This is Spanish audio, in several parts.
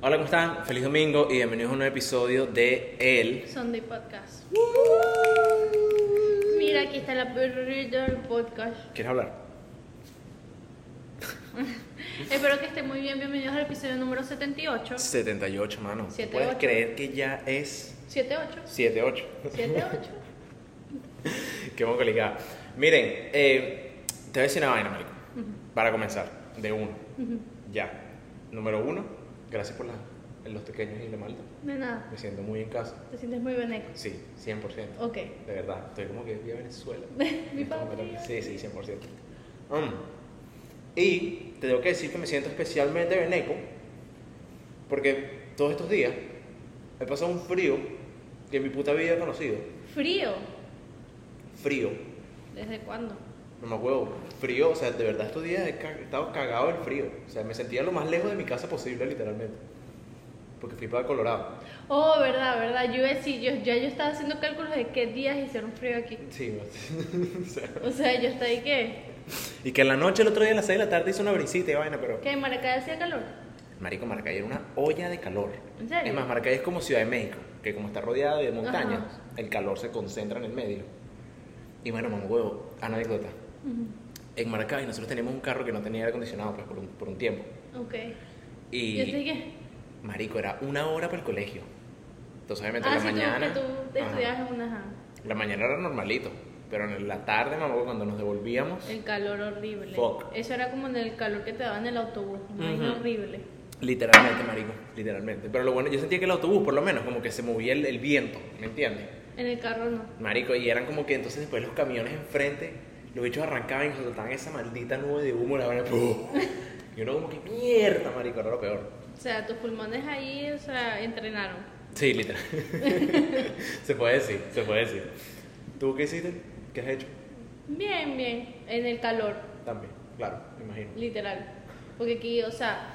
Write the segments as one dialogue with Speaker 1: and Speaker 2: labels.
Speaker 1: Hola, ¿cómo están? Feliz domingo y bienvenidos a un nuevo episodio de El.
Speaker 2: Sunday Podcast.
Speaker 1: Uh.
Speaker 2: Mira, aquí está la perrita del podcast.
Speaker 1: ¿Quieres hablar?
Speaker 2: Espero que estén muy bien. Bienvenidos al episodio número 78.
Speaker 1: 78, mano.
Speaker 2: Siete,
Speaker 1: ¿Puedes
Speaker 2: ocho.
Speaker 1: creer que ya es
Speaker 2: 78.
Speaker 1: 78?
Speaker 2: 78.
Speaker 1: Qué complicado. Miren, eh, te voy a decir una vaina, marico. Para comenzar, de uno. Ya. Número uno, gracias por la- los pequeños y la malta.
Speaker 2: De nada.
Speaker 1: Me siento muy en casa.
Speaker 2: Te sientes muy beneco.
Speaker 1: Sí, 100%.
Speaker 2: Ok.
Speaker 1: De verdad, estoy como que voy a Venezuela. En
Speaker 2: Mi
Speaker 1: este momento.
Speaker 2: patria.
Speaker 1: Sí, sí, 100%. Mm. Y te tengo que decir que me siento especialmente beneco porque todos estos días he pasado un frío que en mi puta vida he conocido.
Speaker 2: Frío.
Speaker 1: Frío,
Speaker 2: ¿Desde cuándo?
Speaker 1: no me acuerdo. Frío, o sea, de verdad estos días he ca- estado cagado del frío. O sea, me sentía lo más lejos de mi casa posible, literalmente. Porque fui para Colorado.
Speaker 2: Oh, verdad, verdad. Yo iba a decir, yo, ya yo estaba haciendo cálculos de qué días hicieron frío aquí.
Speaker 1: Sí, o sea,
Speaker 2: O sea, yo estaba ahí que.
Speaker 1: Y que en la noche, el otro día a las 6 de la tarde, hizo una brisita y vaina, pero.
Speaker 2: Que en Maracay hacía calor.
Speaker 1: Marico, Maracay era una olla de calor.
Speaker 2: ¿En serio?
Speaker 1: Es más, Maracay es como Ciudad de México, que como está rodeada de montañas,
Speaker 2: Ajá.
Speaker 1: el calor se concentra en el medio. Y bueno, mamá huevo, anécdota.
Speaker 2: Ujú.
Speaker 1: En Maracay nosotros teníamos un carro que no tenía aire acondicionado pues, por, un, por un tiempo.
Speaker 2: Ok.
Speaker 1: Y,
Speaker 2: Yo estoy que.
Speaker 1: marico, era una hora para el colegio. Entonces, obviamente,
Speaker 2: Ah,
Speaker 1: la
Speaker 2: sí, tú,
Speaker 1: mañana...
Speaker 2: que tú te
Speaker 1: Ajá.
Speaker 2: estudiabas en una. ajá.
Speaker 1: La mañana era normalito, pero en la tarde, mamá huevo, cuando nos devolvíamos,
Speaker 2: El calor horrible.
Speaker 1: Fuck.
Speaker 2: Eso era como en el calor que te daban en el autobús. Una vaina
Speaker 1: Ujú.
Speaker 2: horrible.
Speaker 1: literalmente, marico, literalmente. Pero lo bueno, yo sentía que el autobús, por lo menos, como que se movía el- el viento, ¿me entiendes?
Speaker 2: En el carro no.
Speaker 1: Marico, y eran como que entonces después los camiones enfrente, los bichos arrancaban y soltaban esa maldita nube de humo, la verdad. ¡pum! Y uno como que mierda, marico, era lo peor.
Speaker 2: O sea, tus pulmones ahí, o sea, entrenaron.
Speaker 1: Sí, literal. se puede decir, se puede decir. ¿Tú qué hiciste? ¿Qué has hecho?
Speaker 2: Bien, bien. En el calor,
Speaker 1: También, claro, me imagino.
Speaker 2: literal. Porque aquí, o sea,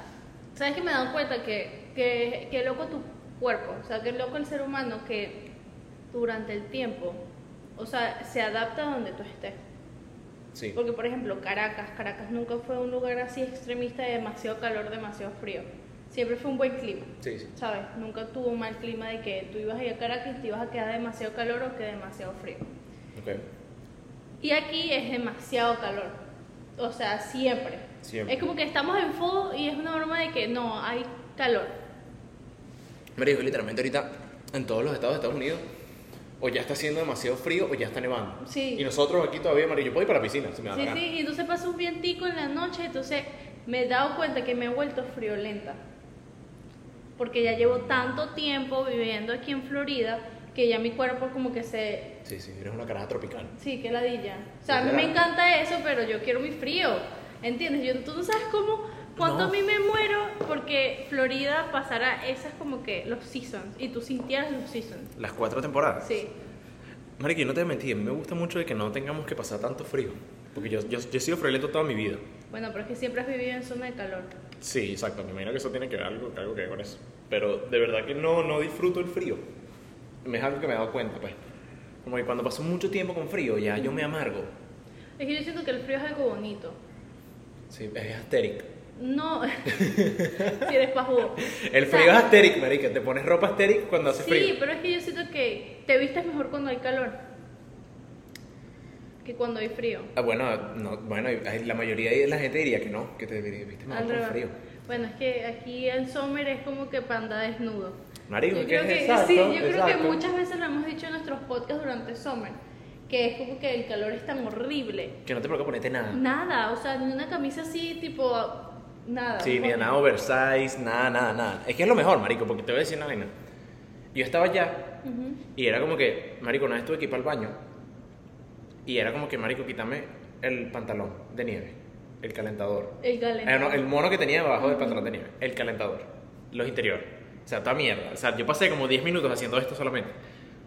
Speaker 2: ¿sabes que me he dado cuenta que, que, que loco tu cuerpo? O sea, que loco el ser humano que durante el tiempo, o sea, se adapta a donde tú estés.
Speaker 1: Sí.
Speaker 2: Porque, por ejemplo, Caracas, Caracas nunca fue un lugar así extremista de demasiado calor, demasiado frío. Siempre fue un buen clima.
Speaker 1: Sí, sí.
Speaker 2: ¿sabes? Nunca tuvo mal clima de que tú ibas a ir a Caracas y te ibas a quedar demasiado calor o que demasiado frío.
Speaker 1: Ok.
Speaker 2: Y aquí es demasiado calor. O sea, siempre.
Speaker 1: Siempre.
Speaker 2: Es como que estamos en fuego y es una broma de que no, hay calor.
Speaker 1: Marico, literalmente ahorita en todos los estados de Estados Unidos, o ya está haciendo demasiado frío o ya está nevando.
Speaker 2: Sí.
Speaker 1: Y nosotros aquí todavía, marico, yo puedo ir para la piscina, si me da la
Speaker 2: Sí,
Speaker 1: gana.
Speaker 2: sí, y entonces pasa un vientico en la noche, entonces me he dado cuenta que me he vuelto friolenta. Porque ya llevo tanto tiempo viviendo aquí en Florida que ya mi cuerpo como que se...
Speaker 1: Sí, sí, eres una caraja tropical.
Speaker 2: Sí, que ladilla. O sea, a mí me
Speaker 1: Literal.
Speaker 2: encanta eso, pero yo quiero mi frío. ¿Entiendes? Yo, tú no sabes cómo, cuánto
Speaker 1: No.
Speaker 2: a mí me muero porque Florida pasará esas como que los seasons y tú sintieras los seasons.
Speaker 1: Las cuatro temporadas.
Speaker 2: Sí.
Speaker 1: Marico, yo no te mentí, a mí me gusta mucho de que no tengamos que pasar tanto frío. Porque yo, yo, yo he sido friolento toda mi vida.
Speaker 2: Bueno, pero es que siempre has vivido en zona de calor.
Speaker 1: Sí, exacto, me imagino que eso tiene que ver algo, algo que ver con eso. Pero de verdad que no, no disfruto el frío. Es algo que me he dado cuenta, pues. Como que cuando paso mucho tiempo con frío, ya yo me amargo.
Speaker 2: Es que yo siento que el frío es algo bonito.
Speaker 1: Sí, es asteric.
Speaker 2: No, si eres pajudo.
Speaker 1: El
Speaker 2: O sea,
Speaker 1: frío es asteric, marica. Te pones ropa asteric cuando hace
Speaker 2: Sí,
Speaker 1: frío.
Speaker 2: pero es que yo siento que te vistes mejor cuando hay calor que cuando hay frío.
Speaker 1: Ah, bueno, no, bueno, hay- la mayoría de la gente diría que no, que te viste mal
Speaker 2: Al
Speaker 1: con
Speaker 2: revés.
Speaker 1: frío.
Speaker 2: Bueno, es que aquí en Summer es como que panda desnudo.
Speaker 1: Marico,
Speaker 2: Yo
Speaker 1: ¿qué
Speaker 2: creo
Speaker 1: es
Speaker 2: que,
Speaker 1: exacto?
Speaker 2: sí, yo creo que
Speaker 1: Exacto.
Speaker 2: muchas veces lo hemos dicho en nuestros podcasts durante Summer, que es como que el calor es tan horrible.
Speaker 1: Que no te provoca ponerte nada.
Speaker 2: Nada, o sea, ni una camisa así, tipo, nada.
Speaker 1: Sí, ni
Speaker 2: Bueno,
Speaker 1: de nada oversize, nada, nada, nada. Es que es lo mejor, marico, porque te voy a decir una vaina. Yo estaba allá
Speaker 2: ujú.
Speaker 1: y era como que, marico, una vez tuve que ir para el baño y era como que, marico, quítame el pantalón de nieve, el calentador.
Speaker 2: El
Speaker 1: Eh, no,
Speaker 2: calentador.
Speaker 1: el mono que tenía debajo del pantalón de nieve, el calentador, los interiores. O sea, toda mierda. O sea, yo pasé como 10 minutos haciendo esto solamente,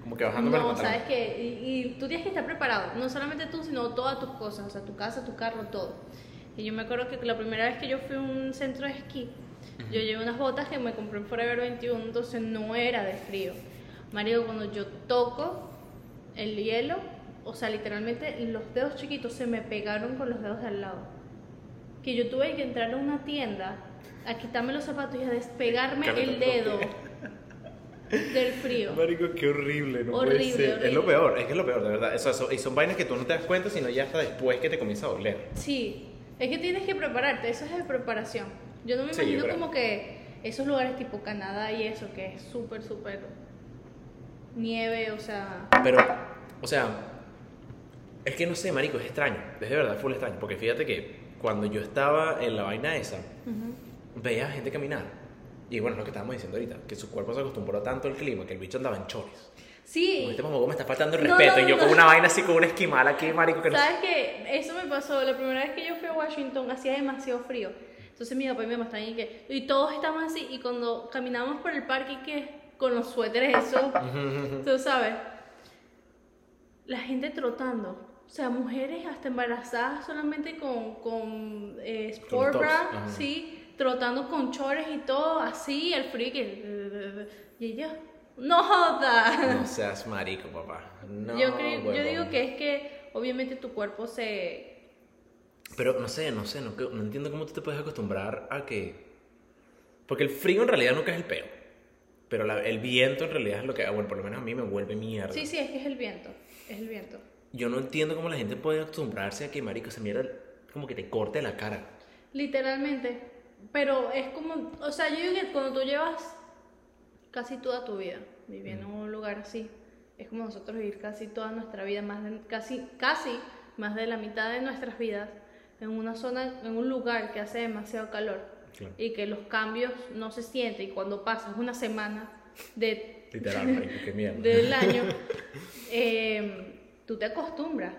Speaker 1: como que bajándome el
Speaker 2: No,
Speaker 1: pantalón.
Speaker 2: sabes que, y, y tú tienes que estar preparado, no solamente tú, sino todas tus cosas, o sea, tu casa, tu carro, todo. Y yo me acuerdo que la primera vez que yo fui a un centro de esquí, yo llevé unas botas que me compré en Forever 21, entonces no era de frío. Marido, cuando yo toco el hielo, o sea, literalmente los dedos chiquitos se me pegaron con los dedos de al lado. Que yo tuve que entrar a una tienda a quitarme los zapatos y a despegarme
Speaker 1: Claro,
Speaker 2: el
Speaker 1: no,
Speaker 2: dedo del frío.
Speaker 1: Marico, qué horrible, no puede
Speaker 2: Horrible,
Speaker 1: ser. Es lo
Speaker 2: horrible.
Speaker 1: peor, es que es lo peor, de verdad. O sea, son- y son vainas que tú no te das cuenta, sino ya hasta después que te comienza a doler.
Speaker 2: Sí, es que tienes que prepararte, eso es de preparación. Yo no me
Speaker 1: Sí,
Speaker 2: imagino
Speaker 1: pero-
Speaker 2: como que esos lugares tipo Canadá y eso, que es súper, súper nieve, o sea...
Speaker 1: Pero, o sea, es que no sé, marico, es extraño. Es de verdad full extraño. Porque fíjate que cuando yo estaba en la vaina esa, veía gente caminar. Y bueno, lo que estábamos diciendo ahorita, que su cuerpo se acostumbró tanto al clima que el bicho andaba en chores.
Speaker 2: Sí,
Speaker 1: Como este mamagüey me está faltando el
Speaker 2: No,
Speaker 1: respeto.
Speaker 2: no,
Speaker 1: y yo
Speaker 2: no.
Speaker 1: con una vaina así, con un esquimal aquí, marico, que no
Speaker 2: ¿Sabes qué? Eso me pasó la primera vez que yo fui a Washington, hacía demasiado frío. Entonces mi papá y mi mamá estaban ahí que. Y todos estaban así, y cuando caminábamos por el parque, que con los suéteres, eso. Tú sabes. La gente trotando. O sea, mujeres hasta embarazadas solamente con, con eh, sport
Speaker 1: tops,
Speaker 2: bra,
Speaker 1: ajá.
Speaker 2: sí, trotando con chores y todo, así, el frío y que. Y ella, ¡no joda!
Speaker 1: No seas marico, papá. No,
Speaker 2: yo, creo- yo
Speaker 1: huevón.
Speaker 2: digo que es que obviamente tu cuerpo se...
Speaker 1: Pero no sé, no sé, no, creo- no entiendo cómo tú te puedes acostumbrar a que... Porque el frío en realidad nunca es el peo. Pero la- el viento en realidad es lo que... ah, Bueno, por lo menos a mí me vuelve mierda.
Speaker 2: Sí, sí, es que es el viento, es el viento.
Speaker 1: Yo no entiendo cómo la gente puede acostumbrarse a que, marico, esa mierda como que te corte la cara.
Speaker 2: Literalmente. Pero es como, o sea, yo digo que cuando tú llevas casi toda tu vida viviendo en un lugar así, es como nosotros vivir casi toda nuestra vida, más de- casi, casi más de la mitad de nuestras vidas en una zona, en un lugar que hace demasiado calor
Speaker 1: Claro.
Speaker 2: y que los cambios no se sienten y cuando pasas una semana de
Speaker 1: Literal, marico, qué mierda.
Speaker 2: del año, eh, tú te acostumbras.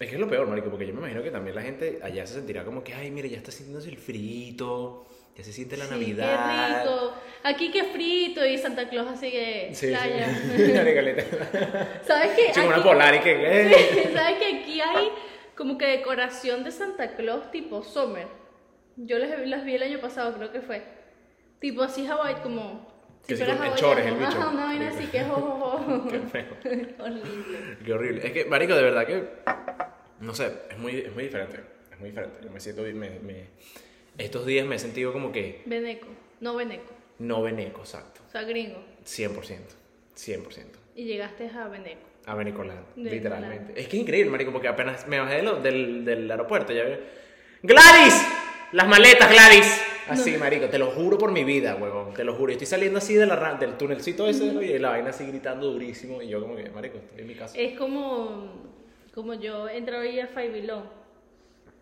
Speaker 1: Es que es lo peor, marico, porque yo me imagino que también la gente allá se sentirá como que, ay, mire, ya está sintiéndose el frito, ya se siente la
Speaker 2: Sí,
Speaker 1: Navidad.
Speaker 2: Qué rico. Aquí que frito y Santa Claus así que
Speaker 1: Sí,
Speaker 2: playa.
Speaker 1: sí. Marico, literal.
Speaker 2: ¿Sabes qué?
Speaker 1: Sí, como una
Speaker 2: Aquí-
Speaker 1: polar y que... eh.
Speaker 2: ¿Sabes que aquí hay como que decoración de Santa Claus tipo summer? Yo las, las vi el año pasado, creo que fue. Tipo así Hawaii, como...
Speaker 1: Que sí,
Speaker 2: fuera
Speaker 1: con- en
Speaker 2: hawaiano.
Speaker 1: chores, el bicho.
Speaker 2: Ajá, una vaina así que jo, jo, jo.
Speaker 1: Qué feo.
Speaker 2: Horrible.
Speaker 1: Qué horrible. Es que, marico, de verdad que. No sé, es muy, es muy diferente. Es muy diferente. Yo me siento. Me, me- estos días me he sentido como que
Speaker 2: Veneco, no veneco,
Speaker 1: no veneco, exacto.
Speaker 2: o sea, gringo.
Speaker 1: 100%. 100%.
Speaker 2: Y llegaste a veneco.
Speaker 1: A Venecolán,
Speaker 2: De
Speaker 1: literalmente. Es que es increíble, marico, porque apenas me bajé de lo- del, del aeropuerto. Ya veo. ¡Gladys! ¡Las maletas, Gladys! Así, marico, te lo juro por mi vida, huevón. Te lo juro. Yo estoy saliendo así de la, ra- del tunelcito ese y la vaina así gritando durísimo. Y yo, como que, marico, estoy en mi casa.
Speaker 2: Es como, como yo entraba ahí al Five Below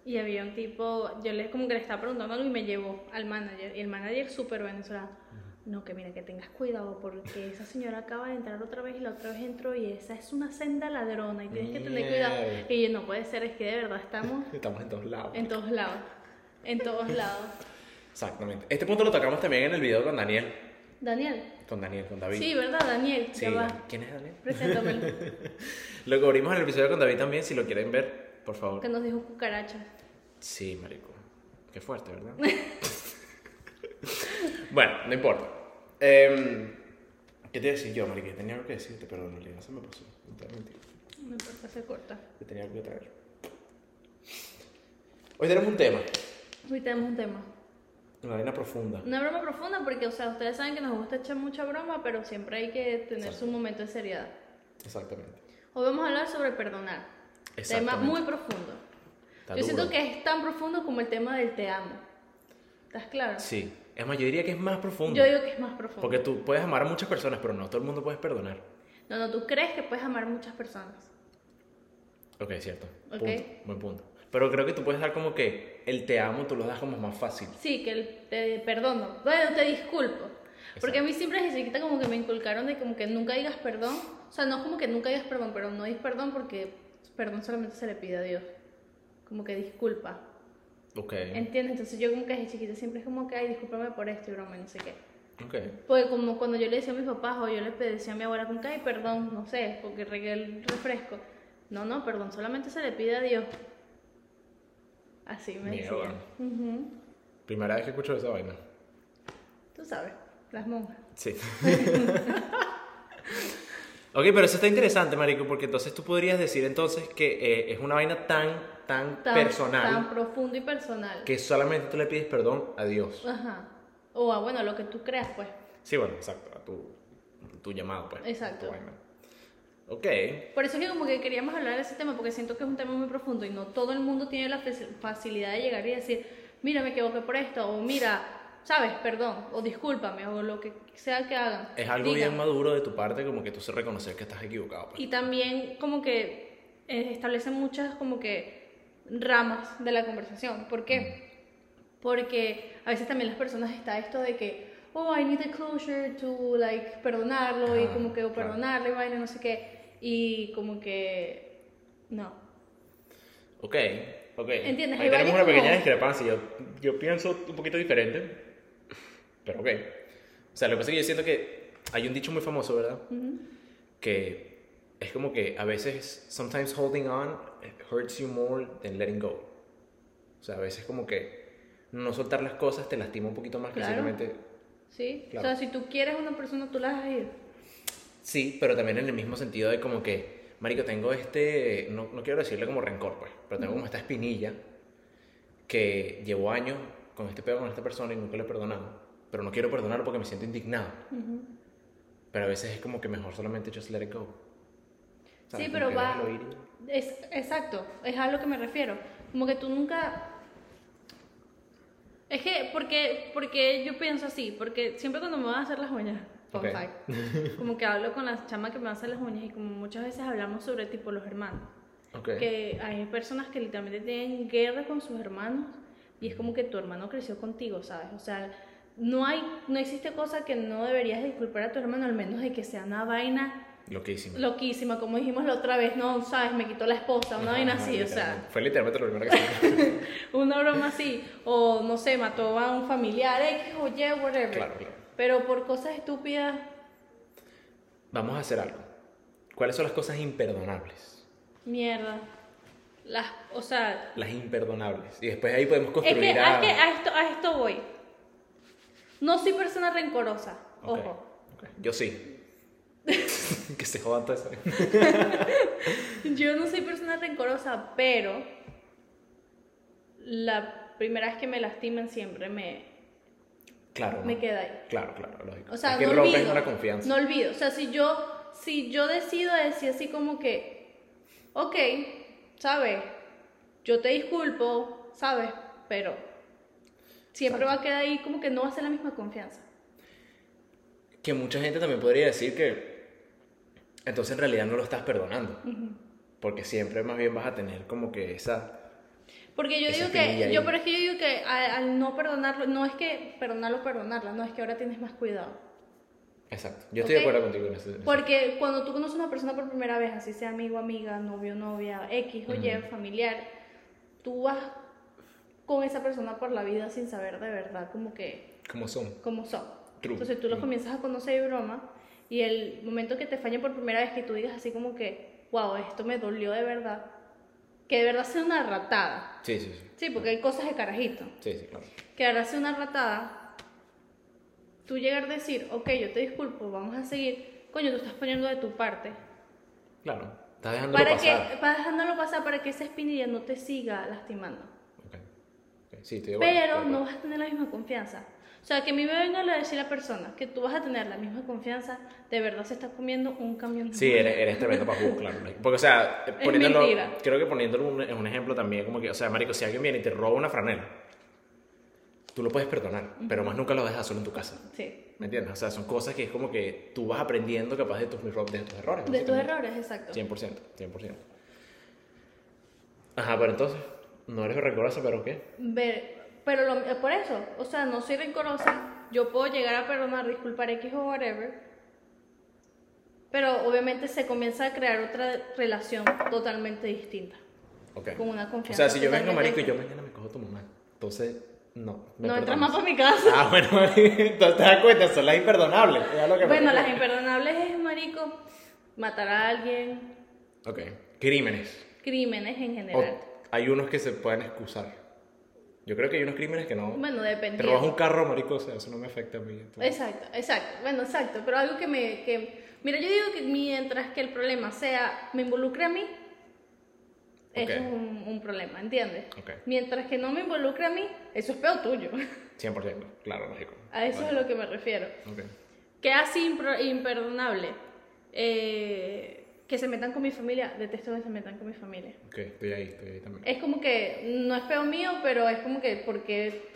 Speaker 2: y había un tipo, yo le como que le estaba preguntando algo y me llevó al manager. Y el manager súper venezolano. No, que mira, que tengas cuidado porque esa señora acaba de entrar otra vez y la otra vez entró y esa es una senda ladrona y tienes que tener cuidado.
Speaker 1: Mierda.
Speaker 2: Y yo, no puede ser, es que de verdad estamos
Speaker 1: Estamos en todos lados.
Speaker 2: en todos lados. En todos lados.
Speaker 1: Exactamente. Este punto lo tocamos también en el video con Daniel.
Speaker 2: Daniel.
Speaker 1: Con Daniel, con David.
Speaker 2: Sí, ¿verdad, Daniel?
Speaker 1: Sí,
Speaker 2: Ya va.
Speaker 1: ¿Quién es Daniel?
Speaker 2: Preséntamelo.
Speaker 1: Lo cubrimos en el episodio con David también, si lo quieren ver, por favor.
Speaker 2: Que nos dijo cucaracha.
Speaker 1: Sí, marico. Qué fuerte, ¿verdad? bueno, no importa. Em, ¿Qué te iba a decir yo, marico? Yo Tenía algo que decirte, pero en realidad se me pasó. No te voy a mentir.
Speaker 2: Me importa, se corta.
Speaker 1: Yo tenía algo que traer. Hoy tenemos un tema.
Speaker 2: Hoy tenemos un tema.
Speaker 1: Una vaina profunda.
Speaker 2: Una broma profunda porque, o sea, ustedes saben que nos gusta echar mucha broma, pero siempre hay que tener su momento de seriedad.
Speaker 1: Exactamente.
Speaker 2: Hoy vamos a hablar sobre perdonar. Tema
Speaker 1: Exactamente.
Speaker 2: muy profundo.
Speaker 1: Está
Speaker 2: Yo siento
Speaker 1: duro.
Speaker 2: que es tan profundo como el tema del te amo. ¿Estás claro?
Speaker 1: Sí. Es más, yo diría que es más profundo.
Speaker 2: Yo digo que es más profundo.
Speaker 1: Porque tú puedes amar a muchas personas, pero no todo el mundo puedes perdonar.
Speaker 2: No, no, tú crees que puedes amar muchas personas.
Speaker 1: Ok, cierto.
Speaker 2: Ok.
Speaker 1: Punto, Buen punto. Pero creo que tú puedes dar como que el te amo, tú lo das como más fácil.
Speaker 2: Sí, que el te perdono. Bueno, te disculpo. Porque a mí siempre desde chiquita como que me inculcaron de como que nunca digas perdón. O sea, no es como que nunca digas perdón, pero no digas perdón porque perdón solamente se le pide a Dios. Como que disculpa.
Speaker 1: Ok.
Speaker 2: ¿Entiendes? Entonces yo como que desde chiquita siempre es como que, ay, discúlpame por esto y broma, y no sé qué.
Speaker 1: Ok.
Speaker 2: Porque como cuando yo le decía a mis papás o yo le decía a mi abuela como que, ay, perdón, no sé, porque regué el refresco. No, no, perdón, solamente se le pide a Dios. Así me decía.
Speaker 1: Mierda.
Speaker 2: Ujú.
Speaker 1: Primera vez que escucho esa vaina.
Speaker 2: Tú sabes, las monjas.
Speaker 1: Sí. Ok, pero eso está interesante, Marico, porque entonces tú podrías decir entonces que eh, es una vaina tan, tan,
Speaker 2: Tan,
Speaker 1: personal
Speaker 2: Tan profundo y personal.
Speaker 1: que solamente tú le pides perdón a Dios.
Speaker 2: Ajá. O a, bueno, lo que tú creas, pues.
Speaker 1: Sí, bueno, exacto, a tu, tu llamado, pues.
Speaker 2: Exacto.
Speaker 1: tu vaina. Ok,
Speaker 2: Por eso es que como que queríamos hablar de ese tema, porque siento que es un tema muy profundo y no todo el mundo tiene la fe- facilidad de llegar y decir, mira, me equivoqué por esto, o mira, sabes, perdón, o discúlpame, o lo que sea que hagan.
Speaker 1: es algo
Speaker 2: Digan.
Speaker 1: bien maduro de tu parte como que tú se reconocer que estás equivocado, pues.
Speaker 2: Y también como que eh, establecen muchas como que ramas de la conversación. ¿Por qué?
Speaker 1: Mm.
Speaker 2: Porque a veces también las personas está esto de que, oh, I need a closure to like perdonarlo y
Speaker 1: Ah,
Speaker 2: como que o
Speaker 1: claro.
Speaker 2: perdonarle, vaina, no sé qué. Y como que no.
Speaker 1: Ok, ok.
Speaker 2: Entiendes,
Speaker 1: Ahí tenemos
Speaker 2: hay varios
Speaker 1: una pequeña
Speaker 2: como-
Speaker 1: discrepancia. Yo, yo pienso un poquito diferente, pero ok. O sea, lo que pasa es que yo siento que hay un dicho muy famoso, ¿verdad? Que es como que a veces, sometimes holding on hurts you more than letting go. O sea, a veces como que no soltar las cosas te lastima un poquito más que
Speaker 2: Claro.
Speaker 1: simplemente...
Speaker 2: ¿Sí?
Speaker 1: Claro.
Speaker 2: O sea, si tú quieres a una persona, tú la dejas ir.
Speaker 1: Sí, pero también en el mismo sentido de como que, marico, tengo este, no, no quiero decirle como rencor, pues, pero tengo como esta espinilla que llevo años con este pedo con esta persona y nunca le he perdonado, pero no quiero perdonar porque me siento indignado. Pero a veces es como que mejor solamente just let it go. ¿Sabes?
Speaker 2: Sí,
Speaker 1: Como
Speaker 2: pero
Speaker 1: que
Speaker 2: va.
Speaker 1: déjalo ir y-
Speaker 2: Es, exacto, es a lo que me refiero. Como que tú nunca. Es que, porque, porque yo pienso así, porque siempre cuando me van a hacer las uñas, fun
Speaker 1: Ok.
Speaker 2: fact, como que hablo con las chamas que me van a hacer las uñas y como muchas veces hablamos sobre tipo los hermanos.
Speaker 1: Ok.
Speaker 2: Que hay personas que literalmente tienen guerra con sus hermanos y es como que tu hermano creció contigo, ¿sabes? O sea, no, hay, no existe cosa que no deberías disculpar a tu hermano, al menos de que sea una vaina
Speaker 1: Loquísimo.
Speaker 2: loquísima, como dijimos la otra vez, no, sabes, me quitó la esposa, una vaina
Speaker 1: Ajá,
Speaker 2: así, o sea,
Speaker 1: literalmente. Fue literalmente lo primero que se me
Speaker 2: una broma así, o no sé, mató a un familiar, X o Y, whatever.
Speaker 1: Claro, claro.
Speaker 2: Pero por cosas estúpidas,
Speaker 1: Vamos a hacer algo. ¿Cuáles son las cosas imperdonables?
Speaker 2: mierda. Las, o sea,
Speaker 1: Las imperdonables. Y después ahí podemos
Speaker 2: es
Speaker 1: construir
Speaker 2: que,
Speaker 1: a...
Speaker 2: a, que a esto, a esto voy. No soy persona rencorosa,
Speaker 1: Ok,
Speaker 2: ojo.
Speaker 1: ok. Yo sí. que se jodan todo eso.
Speaker 2: Yo no soy persona rencorosa, pero la primera vez que me lastiman siempre me,
Speaker 1: Claro.
Speaker 2: me
Speaker 1: ¿no?
Speaker 2: queda ahí.
Speaker 1: Claro, claro, lógico.
Speaker 2: O sea,
Speaker 1: es que
Speaker 2: no
Speaker 1: rompes
Speaker 2: olvido.
Speaker 1: una confianza.
Speaker 2: No olvido. O sea, si yo, si yo decido decir así como que, ok, ¿sabes? Yo te disculpo, ¿sabes? Pero siempre va a quedar ahí como que no va a ser la misma confianza.
Speaker 1: Que mucha gente también podría decir que entonces en realidad no lo estás perdonando. Porque siempre más bien vas a tener como que esa...
Speaker 2: Porque yo
Speaker 1: Esa
Speaker 2: digo
Speaker 1: espinilla
Speaker 2: que,
Speaker 1: ahí.
Speaker 2: yo, pero es que yo digo que al, al no perdonarlo, no es que perdonarlo, perdonarla, no es que ahora tienes más cuidado.
Speaker 1: Exacto. Yo estoy
Speaker 2: Ok.
Speaker 1: de acuerdo contigo en eso. en eso.
Speaker 2: Porque cuando tú conoces a una persona por primera vez, así sea amigo, amiga, novio, novia, X o Y, familiar, tú vas con esa persona por la vida sin saber de verdad como que
Speaker 1: ¿Cómo son?
Speaker 2: cómo son.
Speaker 1: True.
Speaker 2: Entonces tú los
Speaker 1: Mm.
Speaker 2: comienzas a conocer y broma y el momento que te falla por primera vez que tú digas así como que, wow, esto me dolió de verdad, que de verdad sea una ratada.
Speaker 1: Sí, sí, sí.
Speaker 2: Sí, porque hay cosas de carajito
Speaker 1: Sí, sí, claro.
Speaker 2: que ahora hace una ratada, tú llegar a decir, ok, yo te disculpo, vamos a seguir, coño, tú estás poniendo de tu parte.
Speaker 1: Claro. Estás dejándolo
Speaker 2: Para
Speaker 1: pasar.
Speaker 2: que, para dejándolo pasar, para que esa espinilla no te siga lastimando.
Speaker 1: Ok. Ok, Sí, estoy de acuerdo,
Speaker 2: Pero
Speaker 1: estoy de
Speaker 2: no
Speaker 1: acuerdo.
Speaker 2: vas a tener la misma confianza. O sea, que a mí me venga a decir la persona que tú vas a tener la misma confianza, de verdad se está comiendo un camión. de
Speaker 1: Sí,
Speaker 2: mierda.
Speaker 1: eres, eres tremendo para jugar, claro. like, Porque, o sea,
Speaker 2: Es
Speaker 1: poniéndolo.
Speaker 2: mentira.
Speaker 1: Creo que poniéndolo un, un ejemplo también, como que, o sea, Marico, si alguien viene y te roba una franela, tú lo puedes perdonar, pero más nunca lo dejas solo en tu casa.
Speaker 2: Sí.
Speaker 1: ¿Me entiendes? O sea, son cosas que es como que tú vas aprendiendo capaz de tus, erro- de tus errores.
Speaker 2: De tus
Speaker 1: básicamente.
Speaker 2: errores, exacto.
Speaker 1: 100%, 100%. Ajá, pero entonces, no eres rencorosa, pero ¿qué?
Speaker 2: Ver, pero lo- eh, por eso, o sea, no soy rencorosa, yo puedo llegar a perdonar, disculpar X o whatever, pero obviamente se comienza a crear otra relación totalmente distinta.
Speaker 1: Ok.
Speaker 2: Con una
Speaker 1: O
Speaker 2: confianza
Speaker 1: sea, si yo vengo, Marico,
Speaker 2: totalmente
Speaker 1: y yo mañana me cojo a tu mamá, entonces, no. me
Speaker 2: No entras
Speaker 1: perdonas.
Speaker 2: más para mi casa.
Speaker 1: Ah, bueno, entonces te das cuenta, son las imperdonables. era lo que me
Speaker 2: Bueno, las
Speaker 1: refiero.
Speaker 2: imperdonables es, marico, matar a alguien,
Speaker 1: Ok, crímenes.
Speaker 2: crímenes en
Speaker 1: O-
Speaker 2: general.
Speaker 1: hay unos que se pueden excusar. Yo creo que hay unos crímenes que no.
Speaker 2: Bueno,
Speaker 1: Te
Speaker 2: depende.
Speaker 1: robas un carro, marico, o sea, eso no me afecta a mí. entonces-
Speaker 2: Exacto, exacto. Bueno, exacto. Pero algo que me. Que, mira, yo digo que mientras que el problema sea, me involucre a mí, eso
Speaker 1: Ok.
Speaker 2: es un, un problema, ¿entiendes?
Speaker 1: Ok.
Speaker 2: Mientras que no me involucre a mí, eso es peor tuyo.
Speaker 1: 100%, claro, lógico.
Speaker 2: a eso es a
Speaker 1: Vale.
Speaker 2: lo que me refiero.
Speaker 1: Ok.
Speaker 2: ¿Qué hace impro- imperdonable? Eh, que se metan con mi familia. Detesto que se metan con mi familia.
Speaker 1: Ok, estoy ahí, estoy ahí también.
Speaker 2: Es como que no es peor mío, pero es como que porque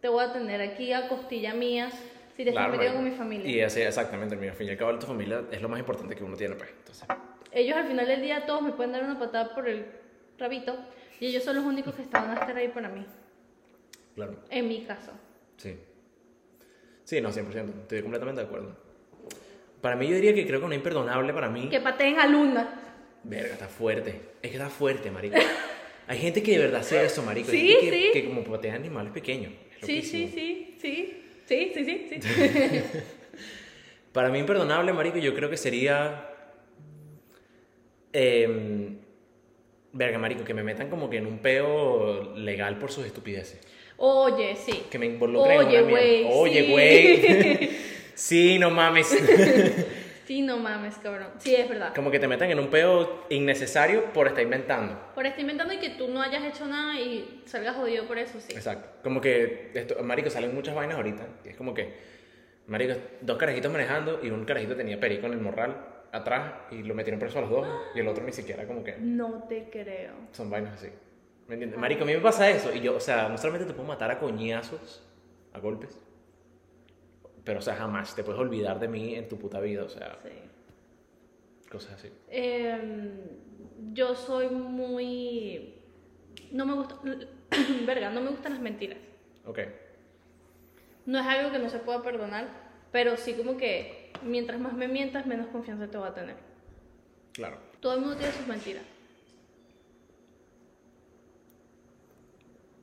Speaker 2: te voy a tener aquí a costilla mías si te estás metiendo
Speaker 1: marico.
Speaker 2: con mi familia.
Speaker 1: Y así, exactamente, mira, al fin y al cabo, tu familia es lo más importante que uno tiene, pues. Entonces,
Speaker 2: Ellos al final del día todos me pueden dar una patada por el rabito y ellos son los únicos que están a estar ahí para mí,
Speaker 1: claro,
Speaker 2: en mi caso.
Speaker 1: sí. Sí, no, 100%, estoy completamente de acuerdo. Para mí, yo diría que creo que una imperdonable para mí.
Speaker 2: Que pateen a Luna.
Speaker 1: Verga, está fuerte. Es que está fuerte, marico. Hay gente que de verdad hace eso, marico. Hay
Speaker 2: Sí,
Speaker 1: gente que,
Speaker 2: sí.
Speaker 1: que como patea animales pequeños. Es
Speaker 2: Sí, sí,
Speaker 1: loquísimo.
Speaker 2: sí, sí, sí, sí, sí, sí.
Speaker 1: Para mí, imperdonable, marico, yo creo que sería. em, verga, marico, que me metan como que en un peo legal por sus estupideces.
Speaker 2: Oye, sí.
Speaker 1: Que me involucren en
Speaker 2: Oye,
Speaker 1: una mierda.
Speaker 2: güey,
Speaker 1: Oye,
Speaker 2: sí.
Speaker 1: güey. sí, no mames.
Speaker 2: Sí, no mames, cabrón. Sí, es verdad.
Speaker 1: como que te metan en un peo innecesario por estar inventando.
Speaker 2: Por estar inventando y que tú no hayas hecho nada y salgas jodido por eso, sí.
Speaker 1: Exacto. Como que, esto, marico, salen muchas vainas ahorita. y es como que, marico, dos carajitos manejando y un carajito tenía perico en el morral atrás y lo metieron preso a los dos y el otro ni siquiera como que
Speaker 2: No te creo.
Speaker 1: son vainas así. ¿Me entiendes? Marico, a mí me pasa eso. Y yo, o sea, no solamente te puedo matar a coñazos, a golpes, pero, o sea, jamás te puedes olvidar de mí en tu puta vida. O sea,
Speaker 2: Sí.
Speaker 1: cosas así.
Speaker 2: Em, yo soy muy. No me gusta. Verga, no me gustan las mentiras.
Speaker 1: Ok.
Speaker 2: No es algo que no se pueda perdonar, pero sí como que mientras más me mientas, menos confianza te voy a tener.
Speaker 1: Claro.
Speaker 2: Todo el mundo tiene sus mentiras.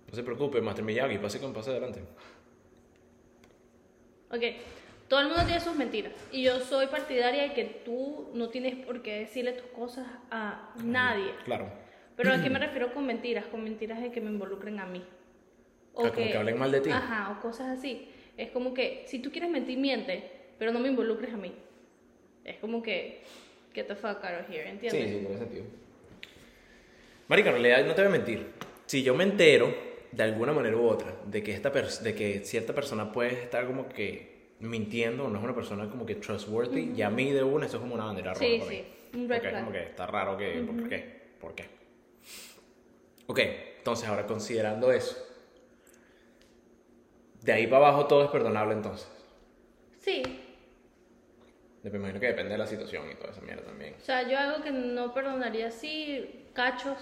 Speaker 1: No se preocupe, Master Miyagi, pase con pase adelante.
Speaker 2: Ok, todo el mundo tiene sus mentiras. Y yo soy partidaria de que tú no tienes por qué decirle tus cosas a nadie.
Speaker 1: Claro.
Speaker 2: Pero a qué me refiero con mentiras, con mentiras de que me involucren a mí.
Speaker 1: Ah, como que hablen mal de ti.
Speaker 2: Ajá, o cosas así. Es como que si tú quieres mentir, miente, pero no me involucres a mí. Es como que get the fuck out of here, ¿entiendes?
Speaker 1: Sí, sí, tiene sentido. Marica, en realidad no te voy a mentir. Si yo me entero, de alguna manera u otra, de que, esta pers- de que cierta persona puede estar como que mintiendo, o no es una persona como que trustworthy, y a mí de una eso es como una bandera roja.
Speaker 2: Sí,
Speaker 1: para mí.
Speaker 2: sí, un
Speaker 1: Porque
Speaker 2: red
Speaker 1: es
Speaker 2: flag.
Speaker 1: como que está raro que, ¿por qué? ¿Por qué? Ok, entonces ahora considerando eso, de ahí para abajo todo es perdonable entonces.
Speaker 2: Sí.
Speaker 1: Me imagino que depende de la situación y toda esa mierda también.
Speaker 2: O sea, yo algo que no perdonaría sí, cachos.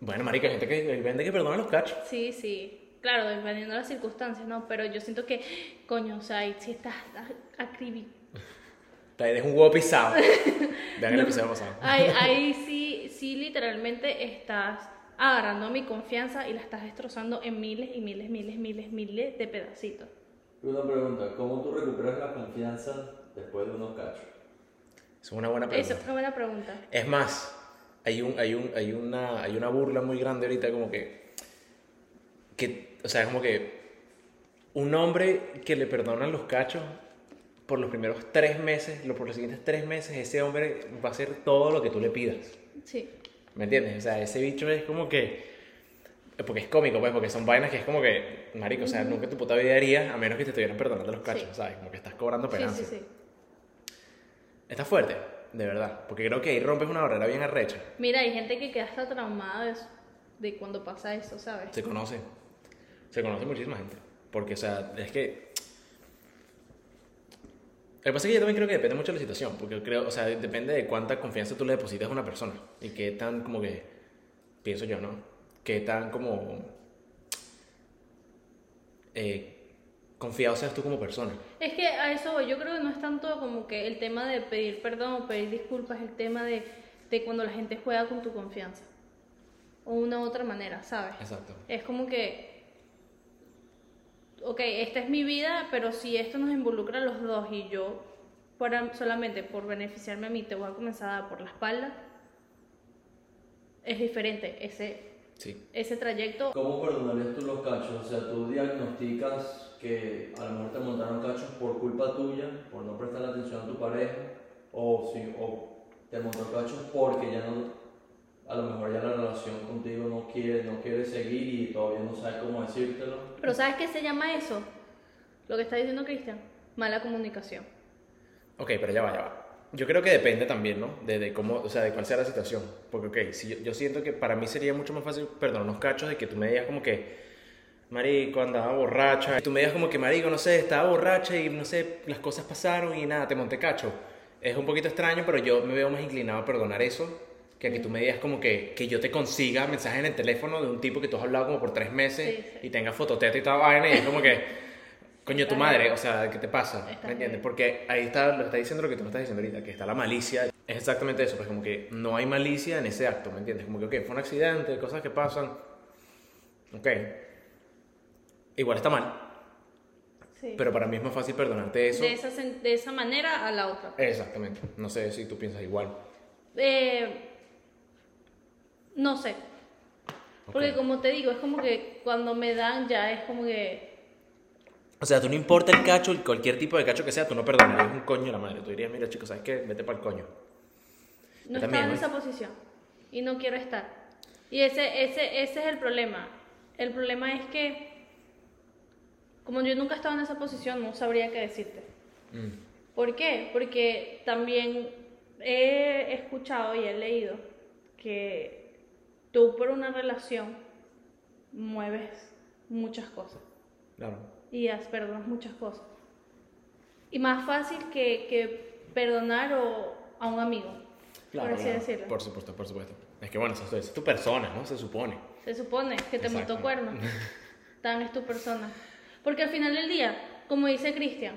Speaker 1: Bueno, marica, hay gente que vende que perdona los cachos.
Speaker 2: Sí, sí. Claro, dependiendo de las circunstancias, ¿no? Pero yo siento que, coño, o sea, y si estás a- acribi-
Speaker 1: Te eres un huevo pisado. Vean el episodio pasado.
Speaker 2: Ahí, ahí sí, sí, literalmente estás agarrando mi confianza y la estás destrozando en miles y miles, miles, miles, miles de pedacitos.
Speaker 3: Una pregunta, ¿cómo tú recuperas la confianza después de unos cachos?
Speaker 1: Es una buena
Speaker 2: Eso
Speaker 1: pregunta.
Speaker 2: es una buena pregunta.
Speaker 1: Es más, hay, un, hay, un, hay, una, hay una burla muy grande ahorita como que, que... O sea, como que un hombre que le perdonan los cachos por los primeros tres meses, lo- por los siguientes tres meses, ese hombre va a hacer todo lo que tú le pidas.
Speaker 2: Sí.
Speaker 1: ¿Me entiendes? O sea, ese bicho es como que... Porque es cómico, pues, porque son vainas que es como que, marico, o sea, nunca en tu puta vida harías a menos que te estuvieran perdonando los cachos,
Speaker 2: Sí.
Speaker 1: ¿sabes? Como que estás cobrando
Speaker 2: Sí,
Speaker 1: penancia.
Speaker 2: sí, sí.
Speaker 1: Está fuerte, de verdad. Porque creo que ahí rompes una barrera bien arrecha.
Speaker 2: Mira, hay gente que queda hasta traumada de, eso- de cuando pasa eso, ¿sabes?
Speaker 1: Se conoce. Se conoce muchísima gente. Porque, o sea, es que. Lo que pasa es que yo también creo que depende mucho de la situación. Porque creo, o sea, depende de cuánta confianza tú le depositas a una persona. Y qué tan, como que. Pienso yo, ¿no? Qué tan, como. Eh, confiado seas tú como persona.
Speaker 2: Es que a eso voy. yo creo que no es tanto como que el tema de pedir perdón o pedir disculpas, el tema de, de cuando la gente juega con tu confianza. O una u otra manera, ¿sabes?
Speaker 1: Exacto.
Speaker 2: Es como que, ok, esta es mi vida, pero si esto nos involucra a los dos y yo para- solamente por beneficiarme a mí te voy a comenzar a dar por la espalda, es diferente ese
Speaker 1: Sí.
Speaker 2: ese trayecto.
Speaker 3: ¿Cómo perdonarías tú los cachos? O sea, tú diagnosticas que a lo mejor te montaron cachos por culpa tuya, por no prestar atención a tu pareja, o, si, o te montó cachos porque ya no, a lo mejor ya la relación contigo no quiere, no quiere seguir y todavía no sabe cómo decírtelo.
Speaker 2: Pero ¿sabes qué se llama eso? Lo que está diciendo Cristian, mala comunicación.
Speaker 1: Ok, pero ya va, ya va. Yo creo que depende también, ¿no? De, de cómo, o sea, de cuál sea la situación. Porque, ok, si yo, yo siento que para mí sería mucho más fácil perdonar unos cachos de que tú me digas como que, marico, andaba borracha. Y tú me digas como que, marico, no sé, estaba borracha y no sé, las cosas pasaron y nada, te monté cacho. Es un poquito extraño, pero yo me veo más inclinado a perdonar eso que a que tú me digas como que, que yo te consiga mensajes en el teléfono de un tipo que tú has hablado como por tres meses
Speaker 2: Sí, sí.
Speaker 1: y tenga fototeta y toda vaina y es como que... Coño, tu
Speaker 2: Estás
Speaker 1: madre, o sea, ¿qué te pasa?
Speaker 2: Estás
Speaker 1: ¿Me entiendes?
Speaker 2: bien.
Speaker 1: Porque ahí está, lo está diciendo lo que tú me estás diciendo ahorita, que está la malicia. Es exactamente eso, pues como que no hay malicia en ese acto, ¿me entiendes? Como que, ok, fue un accidente, cosas que pasan. Ok. Igual está mal,
Speaker 2: Sí.
Speaker 1: pero para mí es más fácil perdonarte eso.
Speaker 2: de, esa, sen- de esa manera a la otra.
Speaker 1: Exactamente. No sé si tú piensas igual.
Speaker 2: Eh, no sé. Porque
Speaker 1: Ok.
Speaker 2: como te digo, es como que cuando me dan ya es como que...
Speaker 1: O sea, tú no importa el cacho, el- cualquier tipo de cacho que sea, tú no perdonarías un coño a la madre. Tú dirías, mira, chicos, ¿sabes qué? Vete para el coño.
Speaker 2: No
Speaker 1: Yo también,
Speaker 2: estaba en
Speaker 1: ¿no?
Speaker 2: esa posición. Y no quiero estar. Y ese, ese, ese es el problema. El problema es que... Como yo nunca he estado en esa posición, no sabría qué decirte.
Speaker 1: Mm,
Speaker 2: ¿Por qué? Porque también he escuchado y he leído que tú por una relación mueves muchas cosas
Speaker 1: claro.
Speaker 2: y has perdonas muchas cosas. Y más fácil que, que perdonar o- a un amigo, por así decirlo.
Speaker 1: Por supuesto, por supuesto. Es que bueno, eso es tu persona, ¿no? Se supone.
Speaker 2: Se supone que te
Speaker 1: Exacto.
Speaker 2: montó cuerno. Tan es tu persona. Porque al final del día, como dice Cristian,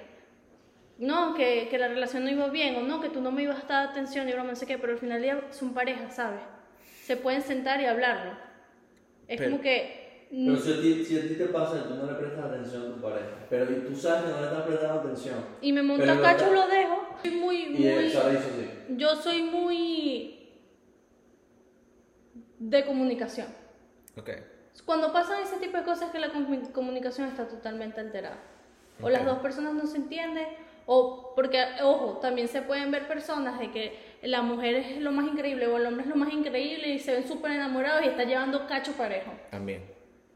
Speaker 2: no, que, que la relación no iba bien, o no, que tú no me ibas a dar atención y broma, no sé qué, pero al final del día son pareja, ¿sabes? Se pueden sentar y hablarlo. Es
Speaker 1: Pero-
Speaker 2: como que. mm,
Speaker 3: Pero si a, ti, si a ti te pasa y tú no le prestas atención a tu pareja, pero y tú sabes que no le estás prestando atención.
Speaker 2: Y me
Speaker 3: Pero
Speaker 2: monta
Speaker 3: no-
Speaker 2: cacho, lo dejo. Soy muy,
Speaker 3: Y él
Speaker 2: muy.
Speaker 3: sabe eso sí.
Speaker 2: Yo soy muy. de comunicación.
Speaker 1: Ok.
Speaker 2: Cuando pasan ese tipo de cosas que la comu- comunicación está totalmente alterada. O las
Speaker 1: Ok.
Speaker 2: dos personas no se entienden, o porque, ojo, también se pueden ver personas de que la mujer es lo más increíble o el hombre es lo más increíble y se ven súper enamorados y está llevando cacho parejo.
Speaker 1: También,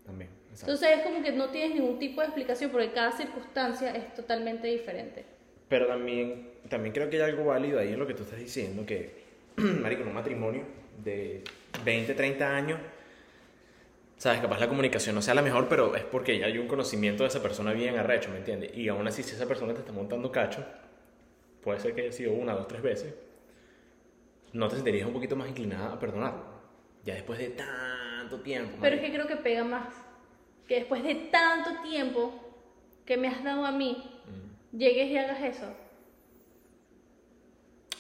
Speaker 1: también. exacto.
Speaker 2: Entonces es como que no tienes ningún tipo de explicación porque cada circunstancia es totalmente diferente.
Speaker 1: Pero también, también creo que hay algo válido ahí en lo que tú estás diciendo, que, marico, en un matrimonio de 20, 30 años, sabes, capaz la comunicación no sea la mejor, pero es porque ya hay un conocimiento de esa persona bien arrecho, ¿me entiendes? Y aún así, si esa persona te está montando cacho, puede ser que haya sido una, dos, tres veces, no te sentirías un poquito más inclinada a perdonarlo, ya después de tanto tiempo.
Speaker 2: Pero es
Speaker 1: marico.
Speaker 2: que creo que pega más. Que después de tanto tiempo que me has dado a mí,
Speaker 1: Mm.
Speaker 2: llegues y hagas eso.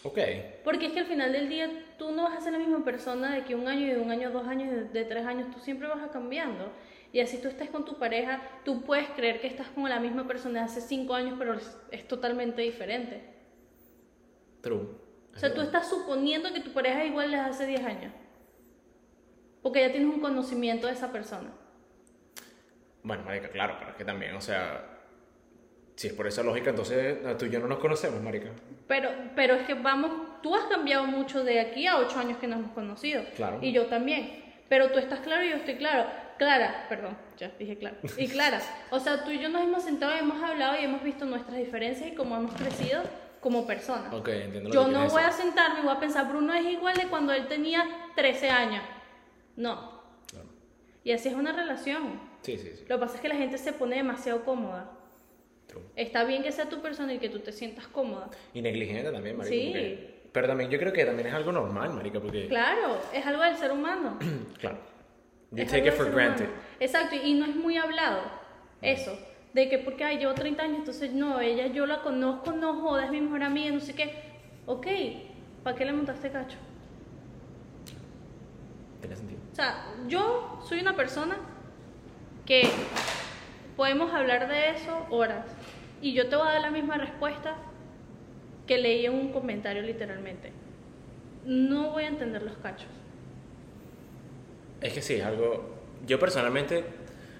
Speaker 1: Ok,
Speaker 2: Porque es que al final del día tú no vas a ser la misma persona de que un año y de un año, dos años, de, de tres años, tú siempre vas a cambiando. Y así tú estés con tu pareja, tú puedes creer que estás con la misma persona de hace cinco años, pero es, es totalmente diferente.
Speaker 1: true.
Speaker 2: O sea, tú estás suponiendo que tu pareja es igual de hace diez años. Porque ya tienes un conocimiento de esa persona.
Speaker 1: Bueno, marica, claro, pero es que también, o sea, si es por esa lógica, entonces eh, tú y yo no nos conocemos, marica.
Speaker 2: Pero, pero es que vamos, tú has cambiado mucho de aquí a ocho años que nos hemos conocido.
Speaker 1: Claro.
Speaker 2: Y yo también. Pero tú estás claro y yo estoy claro. Clara, perdón, ya dije claro. Y Clara, o sea, tú y yo nos hemos sentado y hemos hablado y hemos visto nuestras diferencias y cómo hemos crecido como personas.
Speaker 1: Ok, entiendo lo
Speaker 2: yo
Speaker 1: que
Speaker 2: no
Speaker 1: quieres
Speaker 2: voy a
Speaker 1: decir.
Speaker 2: sentarme y voy a pensar, Bruno es igual de cuando él tenía 13 años. No.
Speaker 1: Claro.
Speaker 2: Y así es una relación.
Speaker 1: Sí, sí, sí.
Speaker 2: Lo que pasa es que la gente se pone demasiado cómoda.
Speaker 1: True.
Speaker 2: Está bien que sea tu persona y que tú te sientas cómoda.
Speaker 1: Y negligente también, marica.
Speaker 2: Sí.
Speaker 1: porque- Pero también yo creo que también es algo normal, marica, porque...
Speaker 2: Claro, es algo del ser humano.
Speaker 1: Claro. You
Speaker 2: Es
Speaker 1: take
Speaker 2: algo
Speaker 1: it for
Speaker 2: del ser humano.
Speaker 1: granted.
Speaker 2: Exacto, y no es muy hablado eso, de que porque ay, llevo 30 años, entonces no, ella yo la conozco, no joda, es mi mejor amiga, no sé qué. Ok, ¿para qué le montaste cacho?
Speaker 1: Tiene sentido.
Speaker 2: O sea, yo soy una persona que podemos hablar de eso horas y yo te voy a dar la misma respuesta que leí en un comentario literalmente. No voy a entender los cachos.
Speaker 1: Es que sí, es algo. Yo personalmente,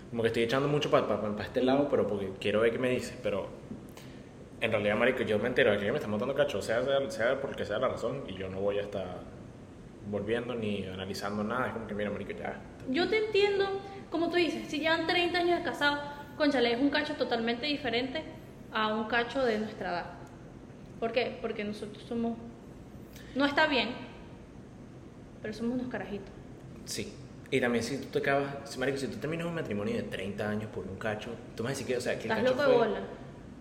Speaker 1: como que estoy echando mucho para este lado, pero porque quiero ver qué me dice. Pero en realidad, Marico, yo me entero de que me están montando cacho, sea, sea, sea porque sea la razón, y yo no voy a estar volviendo ni analizando nada. Es como que, mira, Marico, ya.
Speaker 2: Yo te entiendo, como tú dices, si llevan 30 años de casados, conchale, es un cacho totalmente diferente a un cacho de nuestra edad. ¿Por qué? Porque nosotros somos. No está bien, pero somos unos carajitos.
Speaker 1: Sí. Y también, si tú te acabas, si, Marico, si tú terminas un matrimonio de 30 años por un cacho, tú me vas a decir que, o sea, que el
Speaker 2: Estás
Speaker 1: cacho
Speaker 2: loco de
Speaker 1: fue
Speaker 2: bola.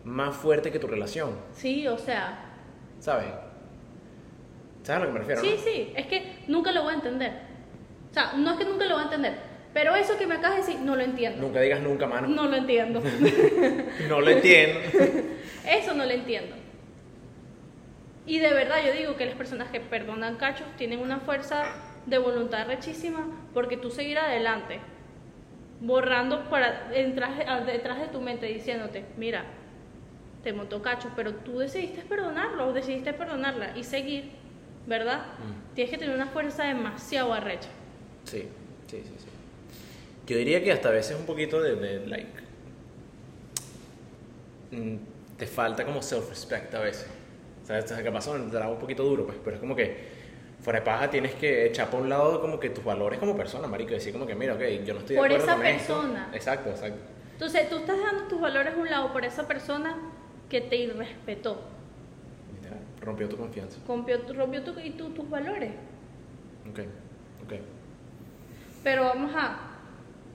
Speaker 1: más fuerte que tu relación,
Speaker 2: Sí, o sea,
Speaker 1: ¿sabes? ¿Sabes a lo que me refiero?
Speaker 2: Sí,
Speaker 1: no?
Speaker 2: sí, es que nunca lo voy a entender. O sea, no es que nunca lo voy a entender, pero eso que me acabas de decir no lo entiendo.
Speaker 1: Nunca digas nunca, mano.
Speaker 2: No lo entiendo.
Speaker 1: No lo entiendo.
Speaker 2: Eso no lo entiendo. Y de verdad yo digo que las personas que perdonan cachos tienen una fuerza de voluntad rechísima porque tú seguir adelante, borrando para detrás, detrás de tu mente diciéndote, mira, te montó cacho, pero tú decidiste perdonarlo o decidiste perdonarla y seguir, ¿verdad? Tienes que tener una fuerza demasiado arrecha.
Speaker 1: Sí, sí, sí, sí. Yo diría que hasta a veces un poquito de, de, like, mm, te falta como self-respect a veces. ¿Sabes? Entonces, capaz son te da un poquito duro, pues, pero es como que fuera de paja tienes que echar para un lado como que tus valores como persona, marico, y decir como que, mira, ok, yo no estoy
Speaker 2: Por
Speaker 1: de acuerdo
Speaker 2: esa
Speaker 1: con esto.
Speaker 2: persona.
Speaker 1: Exacto, exacto.
Speaker 2: Entonces tú estás dejando tus valores a un lado por esa persona que te irrespetó,
Speaker 1: Literal, Rompió tu confianza.
Speaker 2: rompió, tu- rompió tu- y tu- tus valores.
Speaker 1: Ok, ok.
Speaker 2: Pero vamos a,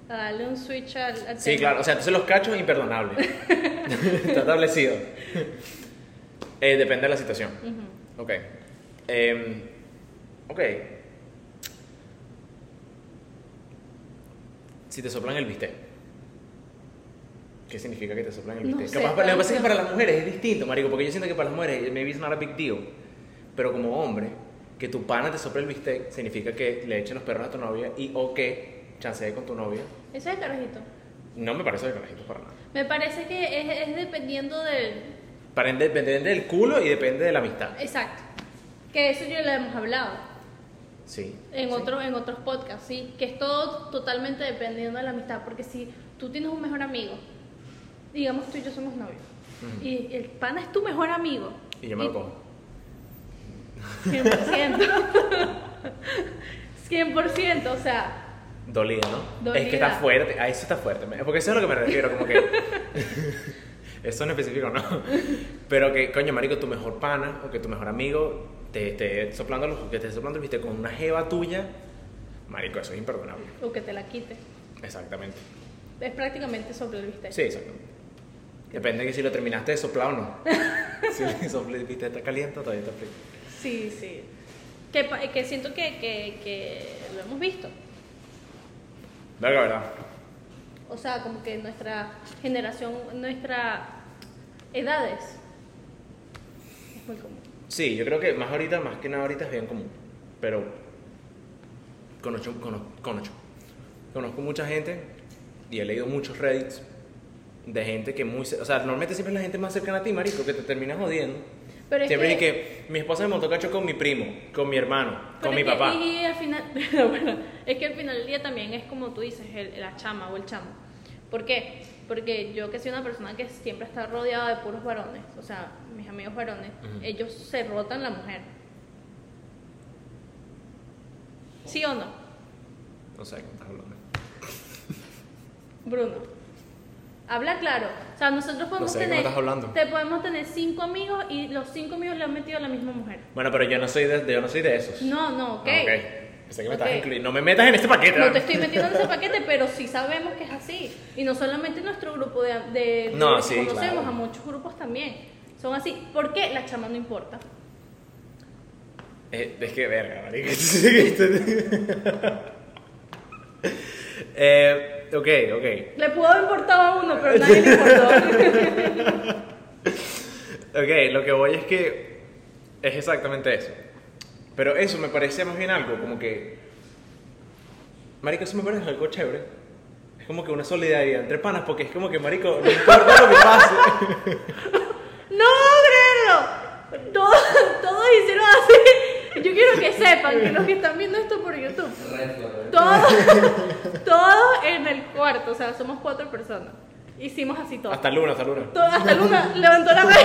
Speaker 2: a darle un switch al, al
Speaker 1: Sí,
Speaker 2: tema.
Speaker 1: claro, o sea, entonces los cachos imperdonables. Está establecido. Eh, depende de la situación.
Speaker 2: Ujú.
Speaker 1: Ok. Em, ok. Si te soplan el bistec. ¿Qué significa que te soplan el
Speaker 2: No
Speaker 1: bistec?
Speaker 2: sé,
Speaker 1: Capaz, lo que pasa es que
Speaker 2: marico.
Speaker 1: para las mujeres es distinto, marico, porque yo siento que para las mujeres eh, maybe it's not a big deal. Pero como hombre, que tu pana te sople el bistec significa que le echen los perros a tu novia y o que chancee con tu novia.
Speaker 2: Ese es el carajito.
Speaker 1: No me parece de carajito para nada.
Speaker 2: Me parece que es, es dependiendo del...
Speaker 1: Para depende del culo y depende de la amistad.
Speaker 2: Exacto. Que eso ya lo hemos hablado
Speaker 1: Sí.
Speaker 2: en,
Speaker 1: sí.
Speaker 2: otro, en otros podcasts, ¿sí? Que es todo totalmente dependiendo de la amistad. Porque si tú tienes un mejor amigo, digamos tú y yo somos novios,
Speaker 1: Ujú.
Speaker 2: y el pana es tu mejor amigo.
Speaker 1: Y yo me lo cojo.
Speaker 2: 100%. 100%, o sea,
Speaker 1: Dolida, ¿no?
Speaker 2: Dolida.
Speaker 1: Es que está fuerte, a eso está fuerte. me- Porque eso es a lo que me refiero, como que. eso en específico no. Pero que, coño, marico, tu mejor pana o que tu mejor amigo te esté soplando los que te esté soplando, viste, con una jeva tuya. Marico, eso es imperdonable.
Speaker 2: o que te la quite.
Speaker 1: Exactamente.
Speaker 2: Es prácticamente sobre el bistec.
Speaker 1: Sí, exactamente. Depende de que si lo terminaste de soplar o no. si le soplé, viste, está caliente o todavía está frío.
Speaker 2: Sí, sí. Que, pa- que siento que, que, que lo hemos visto.
Speaker 1: Verga, verdad.
Speaker 2: O sea, como que nuestra generación, nuestras edades. Es muy común.
Speaker 1: Sí, yo creo que más ahorita, más que nada ahorita es bien común. Pero conozco, conozco, conozco, conozco mucha gente y he leído muchos Reddits de gente que muy... ce- O sea, normalmente siempre es la gente más cercana a ti, marico, que te terminas jodiendo.
Speaker 2: Pero es
Speaker 1: siempre
Speaker 2: que-
Speaker 1: es que mi esposa me montó cacho con mi primo, con mi hermano, con
Speaker 2: Pero
Speaker 1: mi
Speaker 2: es que-
Speaker 1: papá.
Speaker 2: Y al final, bueno, es que al final del día también es como tú dices, el- la chama o el chamo. ¿Por qué? Porque yo que soy una persona que siempre está rodeada de puros varones, o sea, mis amigos varones,
Speaker 1: Ujú.
Speaker 2: ellos se rotan la mujer. ¿Sí o no?
Speaker 1: No sé de qué estás hablando.
Speaker 2: Bruno. Habla claro. O sea, nosotros podemos
Speaker 1: sé de qué me
Speaker 2: tener.
Speaker 1: estás hablando.
Speaker 2: Te podemos tener cinco amigos y los cinco amigos le han metido a la misma mujer.
Speaker 1: Bueno, pero yo no soy de, yo no soy de esos.
Speaker 2: No, no, ok.
Speaker 1: Ah, Pensé que me estabas
Speaker 2: Ok.
Speaker 1: incluyendo. No me metas en este paquete.
Speaker 2: No
Speaker 1: ¿vale?
Speaker 2: te estoy metiendo en ese paquete, pero sí sabemos que es así. Y no solamente nuestro grupo de. de
Speaker 1: No,
Speaker 2: de-
Speaker 1: sí,
Speaker 2: Conocemos
Speaker 1: claro.
Speaker 2: a muchos grupos también. Son así. ¿Por qué la chama no importa?
Speaker 1: Eh, es que verga, marico. eh, ok, ok.
Speaker 2: Le pudo haber importado a uno, pero a nadie le importó.
Speaker 1: Ok, lo que voy es que es exactamente eso. Pero eso me parece más bien algo, como que... Marico, eso me parece algo chévere. Es como que una solidaridad entre panas, porque es como que, marico, no importa lo que pase.
Speaker 2: ¡No, créanlo! Todos, todos hicieron así. Yo quiero que sepan que los que están viendo esto por YouTube,
Speaker 3: Red flag, ¿eh?
Speaker 2: todos, todos en el cuarto, o sea, somos cuatro personas. Hicimos así todo.
Speaker 1: Hasta Luna, hasta Luna.
Speaker 2: Todo- hasta Luna levantó la mano.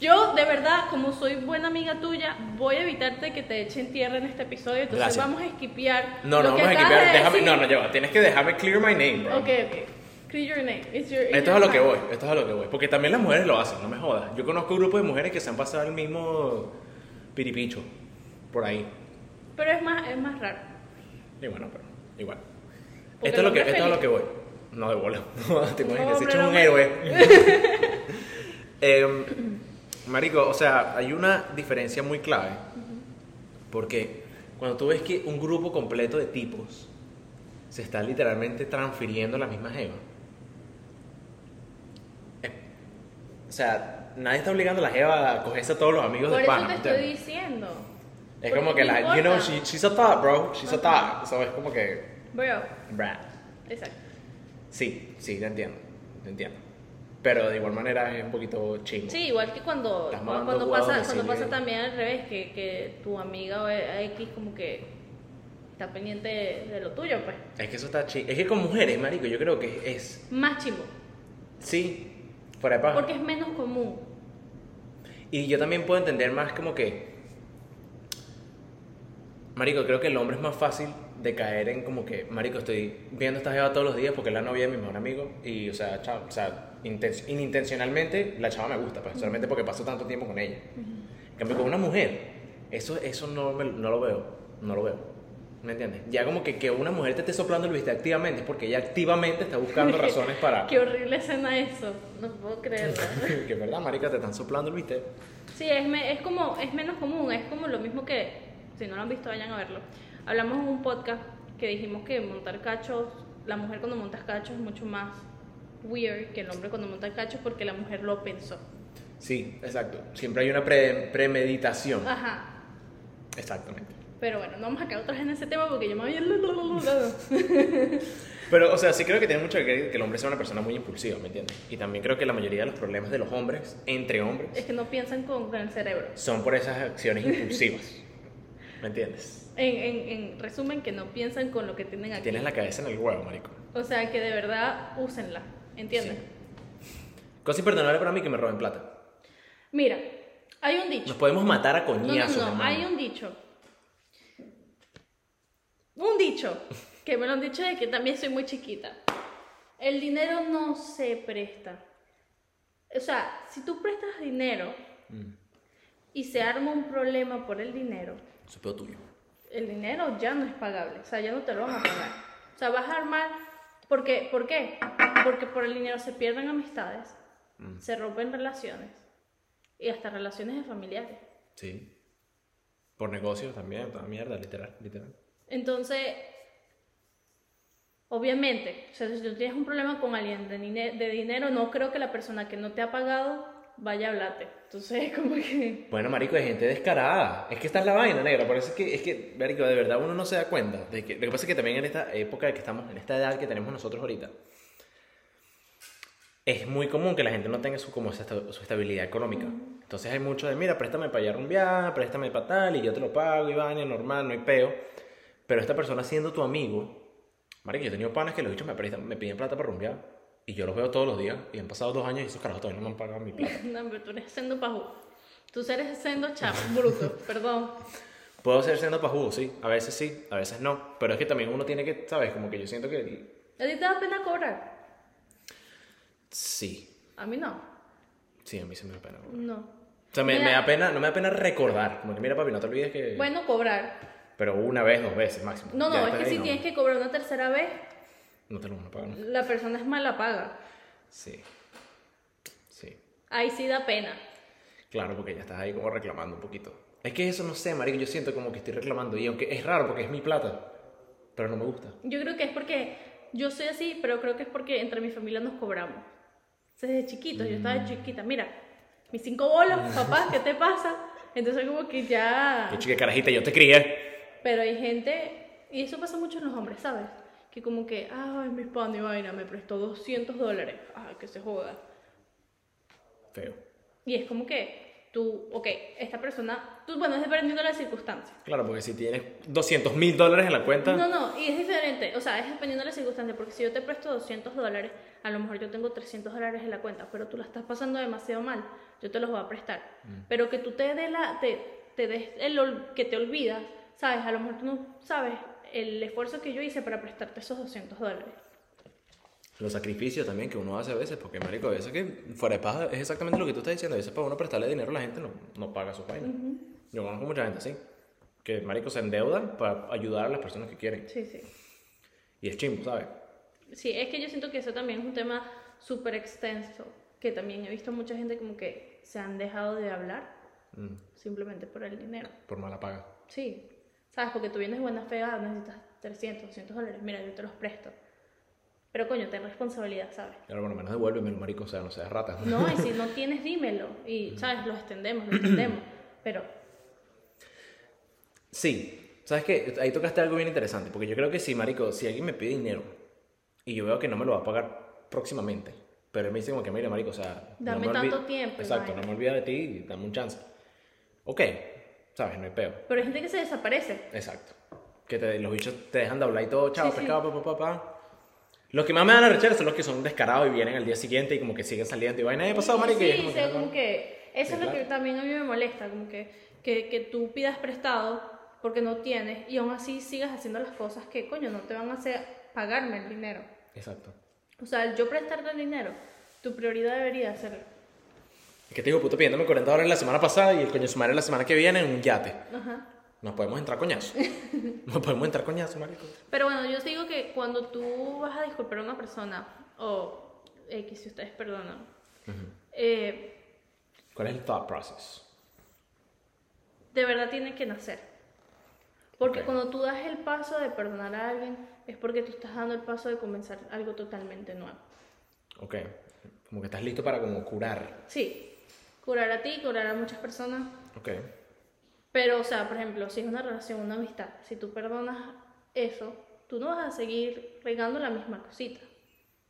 Speaker 2: Yo, de verdad, como soy buena amiga tuya, voy a evitarte que te echen tierra en este episodio. Entonces
Speaker 1: Gracias.
Speaker 2: vamos a esquipear.
Speaker 1: No,
Speaker 2: lo
Speaker 1: no,
Speaker 2: que
Speaker 1: vamos a
Speaker 2: acabas
Speaker 1: equipear.
Speaker 2: de
Speaker 1: Déjame,
Speaker 2: decir.
Speaker 1: no, no, ya va. Tienes que dejarme clear my name, bro.
Speaker 2: Ok, ok. Clear your name. It's your- it's
Speaker 1: Esto es
Speaker 2: your
Speaker 1: a lo que
Speaker 2: time.
Speaker 1: voy, esto es a lo que voy. Porque también las mujeres lo hacen, no me jodas. Yo conozco grupos de mujeres que se han pasado el mismo piripicho por ahí.
Speaker 2: Pero es más, es más raro.
Speaker 1: Y bueno, pero igual.
Speaker 2: Porque
Speaker 1: Esto es, lo
Speaker 2: el
Speaker 1: que,
Speaker 2: hombre
Speaker 1: esto es
Speaker 2: feliz.
Speaker 1: lo que voy. No de bola. Te
Speaker 2: No,
Speaker 1: imaginas,
Speaker 2: pero
Speaker 1: hecho un
Speaker 2: no.
Speaker 1: héroe. Em, marico, o sea, hay una diferencia muy clave. Porque cuando tú ves que un grupo completo de tipos se está literalmente transfiriendo la misma jeva. eh, O sea, nadie está obligando a la jeva a cogerse a todos los amigos
Speaker 2: Por
Speaker 1: de
Speaker 2: eso
Speaker 1: pana.
Speaker 2: te
Speaker 1: ¿me
Speaker 2: estoy
Speaker 1: entiendes?
Speaker 2: diciendo.
Speaker 1: Es
Speaker 2: Porque
Speaker 1: como que
Speaker 2: no
Speaker 1: la, you
Speaker 2: importa.
Speaker 1: know, she- she's a thought, bro. She's a
Speaker 2: Ajá.
Speaker 1: thought. So, es como que,
Speaker 2: Bro,
Speaker 1: bruh.
Speaker 2: exacto.
Speaker 1: Sí, sí, te entiendo, te entiendo. Pero de igual manera es un poquito chingo.
Speaker 2: Sí, igual que cuando,
Speaker 1: Estás
Speaker 2: cuando,
Speaker 1: mamando huevos,
Speaker 2: pasa,
Speaker 1: decirle-
Speaker 2: cuando pasa también al revés, que, que tu amiga o X como que está pendiente de, de lo tuyo, pues.
Speaker 1: Es que eso está chingo. Es que con mujeres, marico, yo creo que es...
Speaker 2: Más chingo,
Speaker 1: Sí, fuera de paja.
Speaker 2: porque es menos común.
Speaker 1: Y yo también puedo entender más como que... Marico, creo que el hombre es más fácil de caer en como que... Marico, estoy viendo esta jeva todos los días porque es la novia de mi mejor amigo. Y, o sea, chao, o sea, inten- inintencionalmente la chava me gusta, pues, solamente porque paso tanto tiempo con ella. En cambio, con una mujer, eso, eso no, me- no lo veo. No lo veo. ¿Me entiendes? Ya como que, que una mujer te esté soplando el viste activamente es porque ella activamente está buscando razones para...
Speaker 2: Qué horrible escena eso, no puedo creerlo.
Speaker 1: que verdad, marica, te están soplando el viste.
Speaker 2: Sí, es, me- es como, es menos común, es como lo mismo que, si no lo han visto, vayan a verlo. Hablamos en un podcast que dijimos que montar cachos, la mujer cuando monta cachos es mucho más weird que el hombre cuando monta cachos porque la mujer lo pensó.
Speaker 1: Sí, exacto. Siempre hay una pre- premeditación.
Speaker 2: Ajá,
Speaker 1: Exactamente.
Speaker 2: Pero bueno, no vamos a caer otra vez en ese tema porque yo me había...
Speaker 1: Pero, o sea, sí creo que tiene mucho que ver que el hombre sea una persona muy impulsiva, ¿me entiendes? Y también creo que la mayoría de los problemas de los hombres, entre
Speaker 2: Es
Speaker 1: hombres,
Speaker 2: que no piensan con, con el cerebro.
Speaker 1: son por esas acciones impulsivas. ¿Me entiendes?
Speaker 2: En, en, en resumen, que no piensan con lo que tienen aquí.
Speaker 1: Tienes la cabeza en el huevo, marico.
Speaker 2: O sea, que de verdad úsenla, ¿entiendes?
Speaker 1: Cosa imperdonable para mí que me roben plata.
Speaker 2: Mira, hay un
Speaker 1: Nos
Speaker 2: dicho.
Speaker 1: podemos matar a
Speaker 2: No, no,
Speaker 1: coñazos,
Speaker 2: no,
Speaker 1: hermano.
Speaker 2: hay un dicho. Un dicho, que me lo han dicho de que también soy muy chiquita. El dinero no se presta. O sea, si tú prestas dinero
Speaker 1: Mm.
Speaker 2: y se arma un problema por el dinero,
Speaker 1: Eso es pedo tuyo.
Speaker 2: el dinero ya no es pagable, o sea, ya no te lo van a pagar. O sea, vas a armar, porque, ¿por qué? Porque por el dinero se pierden amistades, se rompen relaciones y hasta relaciones de familiares.
Speaker 1: Sí. Por negocios también, toda mierda, literal, literal.
Speaker 2: Entonces, obviamente, o sea, si tú tienes un problema con alguien de, dine- de dinero, no creo que la persona que no te ha pagado vaya a hablarte. Entonces, como que...
Speaker 1: Bueno, marico, hay gente descarada. Es que esta es la vaina, negra. Por eso es que, es que, marico, de verdad uno no se da cuenta. De que, lo que pasa es que también en esta época que estamos, en esta edad que tenemos nosotros ahorita, es muy común que la gente no tenga su, como esa esta- su estabilidad económica. Entonces hay mucho de, mira, préstame para allá rumbear, préstame para tal, y yo te lo pago, y vaina, normal, no hay peo. Pero esta persona siendo tu amigo, marico, yo he tenido panas que los bichos me, prestan- me piden plata para rumbear. Y yo los veo todos los días, y han pasado dos años y esos carajos todavía no me han pagado mi plata.
Speaker 2: No, pero tú eres sendo pajú. Tú eres sendo chavo, bruto, perdón.
Speaker 1: Puedo ser siendo pajudo, sí. A veces sí, a veces no. Pero es que también uno tiene que, ¿sabes? Como que yo siento que.
Speaker 2: ¿A ti te da pena cobrar?
Speaker 1: Sí.
Speaker 2: A mí no.
Speaker 1: Sí, a mí se me da pena. O
Speaker 2: No.
Speaker 1: sea, me,
Speaker 2: Me da-
Speaker 1: me da pena, no me da pena recordar. Como que, mira, papi, no te olvides que.
Speaker 2: Bueno, cobrar.
Speaker 1: Pero una vez, dos veces máximo. Ya
Speaker 2: No, no, es
Speaker 1: después
Speaker 2: que
Speaker 1: de ahí
Speaker 2: si
Speaker 1: no,
Speaker 2: tienes que cobrar una tercera vez,
Speaker 1: No te lo van a pagar. ¿no?
Speaker 2: la persona es mala paga.
Speaker 1: Sí. Sí.
Speaker 2: Ahí sí da pena.
Speaker 1: Claro, porque ya estás ahí como reclamando un poquito. Es que eso no sé, marico. Yo siento como que estoy reclamando. Y aunque es raro porque es mi plata, pero no me gusta.
Speaker 2: Yo creo que es porque yo soy así, pero creo que es porque entre mi familia nos cobramos. Desde chiquitos, yo
Speaker 1: Mm.
Speaker 2: estaba chiquita, mira, mis cinco bolos, papá, ¿qué te pasa? Entonces como que ya...
Speaker 1: Yo, chica carajita, yo te crié.
Speaker 2: Pero hay gente, y eso pasa mucho en los hombres, ¿sabes? Que como que, ay, mi pan y vaina me prestó 200 dólares, ah, que se joda.
Speaker 1: Feo.
Speaker 2: Y es como que, tú, ok, esta persona, tú, bueno, es dependiendo de las circunstancias.
Speaker 1: Claro, porque si tienes 200 mil dólares en la cuenta,
Speaker 2: No, no, y es diferente, o sea, es dependiendo de las circunstancias, porque si yo te presto 200 dólares, a lo mejor yo tengo 300 dólares en la cuenta, pero tú la estás pasando demasiado mal, yo te los voy a prestar. Pero que tú te des la, te, te des el, ol- que te olvidas, sabes, a lo mejor tú no sabes el esfuerzo que yo hice para prestarte esos 200 dólares.
Speaker 1: los sacrificios también que uno hace a veces, porque marico, a veces que fuera de paja es exactamente lo que tú estás diciendo. A veces para uno prestarle dinero a la gente no, no paga su vaina. Yo conozco mucha gente así, que marico se endeudan para ayudar a las personas que quieren.
Speaker 2: Sí, sí.
Speaker 1: Y es chimbo, ¿sabes?
Speaker 2: Sí, es que yo siento que eso también es un tema súper extenso, que también he visto mucha gente como que se han dejado de hablar
Speaker 1: Mm,
Speaker 2: simplemente por el dinero.
Speaker 1: por mala paga.
Speaker 2: Sí, sabes, porque tú vienes buena fe, ah, necesitas 300, 200 dólares, mira, yo te los presto. Pero coño, ten responsabilidad, ¿sabes?
Speaker 1: Claro, bueno, menos devuélvemelo, marico, o sea, no seas rata.
Speaker 2: No, y si no tienes, dímelo. Y, ¿sabes? Los extendemos, los extendemos. Pero,
Speaker 1: Sí, sabes que ahí tocaste algo bien interesante, porque yo creo que sí, marico, si alguien me pide dinero y yo veo que no me lo va a pagar próximamente, pero él me dice como que, mira, marico, o sea, no
Speaker 2: Dame
Speaker 1: me olvi-
Speaker 2: tanto tiempo,
Speaker 1: Exacto,
Speaker 2: vaina.
Speaker 1: no me olvido de ti y dame un chance. Ok, sabes, no hay peo.
Speaker 2: pero hay gente que se desaparece.
Speaker 1: Exacto. Que te- los bichos te dejan de hablar y todo, chao,
Speaker 2: Sí, sí.
Speaker 1: pescado, papá, papá. Los que más me dan a rechazar son los que son descarados y vienen al día siguiente y como que siguen saliendo y vaina, ¿qué pasado, marico? Y es
Speaker 2: Sí,
Speaker 1: como
Speaker 2: o
Speaker 1: que,
Speaker 2: sea,
Speaker 1: "No".
Speaker 2: como que eso
Speaker 1: Sí,
Speaker 2: es lo que
Speaker 1: claro.
Speaker 2: también a mí me molesta, como que, que, que tú pidas prestado porque no tienes y aún así sigas haciendo las cosas que, coño, no te van a hacer pagarme el dinero.
Speaker 1: Exacto.
Speaker 2: O sea, el yo prestarte el dinero, tu prioridad debería ser,
Speaker 1: Es que te digo, puto, pidiéndome 40 dólares la semana pasada y el coño sumario la semana que viene en un yate.
Speaker 2: ajá.
Speaker 1: Nos podemos entrar coñazo. Nos podemos entrar coñazo, marico.
Speaker 2: Pero bueno, yo os digo que cuando tú vas a disculpar a una persona, o X, si ustedes perdonan, eh,
Speaker 1: ¿Cuál es el thought process?
Speaker 2: de verdad tiene que nacer. Porque
Speaker 1: Ok.
Speaker 2: cuando tú das el paso de perdonar a alguien, es porque tú estás dando el paso de comenzar algo totalmente nuevo.
Speaker 1: Ok. Como que estás listo para como curar.
Speaker 2: Sí, curar a ti, curar a muchas personas.
Speaker 1: Ok.
Speaker 2: Pero, o sea, por ejemplo, si es una relación, una amistad, si tú perdonas eso, tú no vas a seguir regando la misma cosita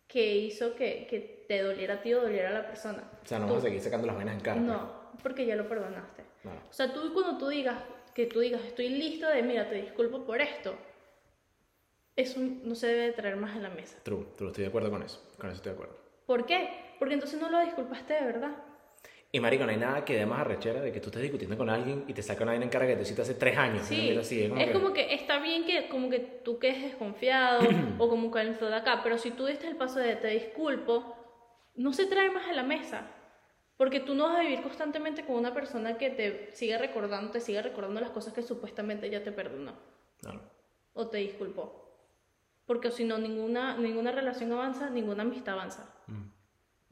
Speaker 2: que hizo que, que te doliera a ti o doliera a la persona.
Speaker 1: O sea, no
Speaker 2: Tú-
Speaker 1: vamos a seguir sacando las vainas en cara.
Speaker 2: No, porque ya lo perdonaste.
Speaker 1: Claro.
Speaker 2: O sea, tú cuando tú digas, que tú digas, estoy listo de, mira, te disculpo por esto, eso no se debe traer más en la mesa.
Speaker 1: True, true, estoy de acuerdo con eso. Con eso estoy de acuerdo.
Speaker 2: ¿Por qué? Porque entonces no lo disculpaste de verdad.
Speaker 1: Y marico, no hay nada que dé más arrechera de que tú estés discutiendo con alguien y te saca una vaina en cara que tú hiciste hace tres años. Y
Speaker 2: Sí,
Speaker 1: una mierda así,
Speaker 2: es, como, que... está bien que como que tú quedes desconfiado o como que alguien de acá, pero si tú diste el paso de te disculpo, no se trae más a la mesa. Porque tú no vas a vivir constantemente con una persona que te sigue recordando, te sigue recordando las cosas que supuestamente ya te perdonó.
Speaker 1: Claro.
Speaker 2: o te disculpó. Porque si no, ninguna, ninguna relación avanza, ninguna amistad avanza.
Speaker 1: Mm.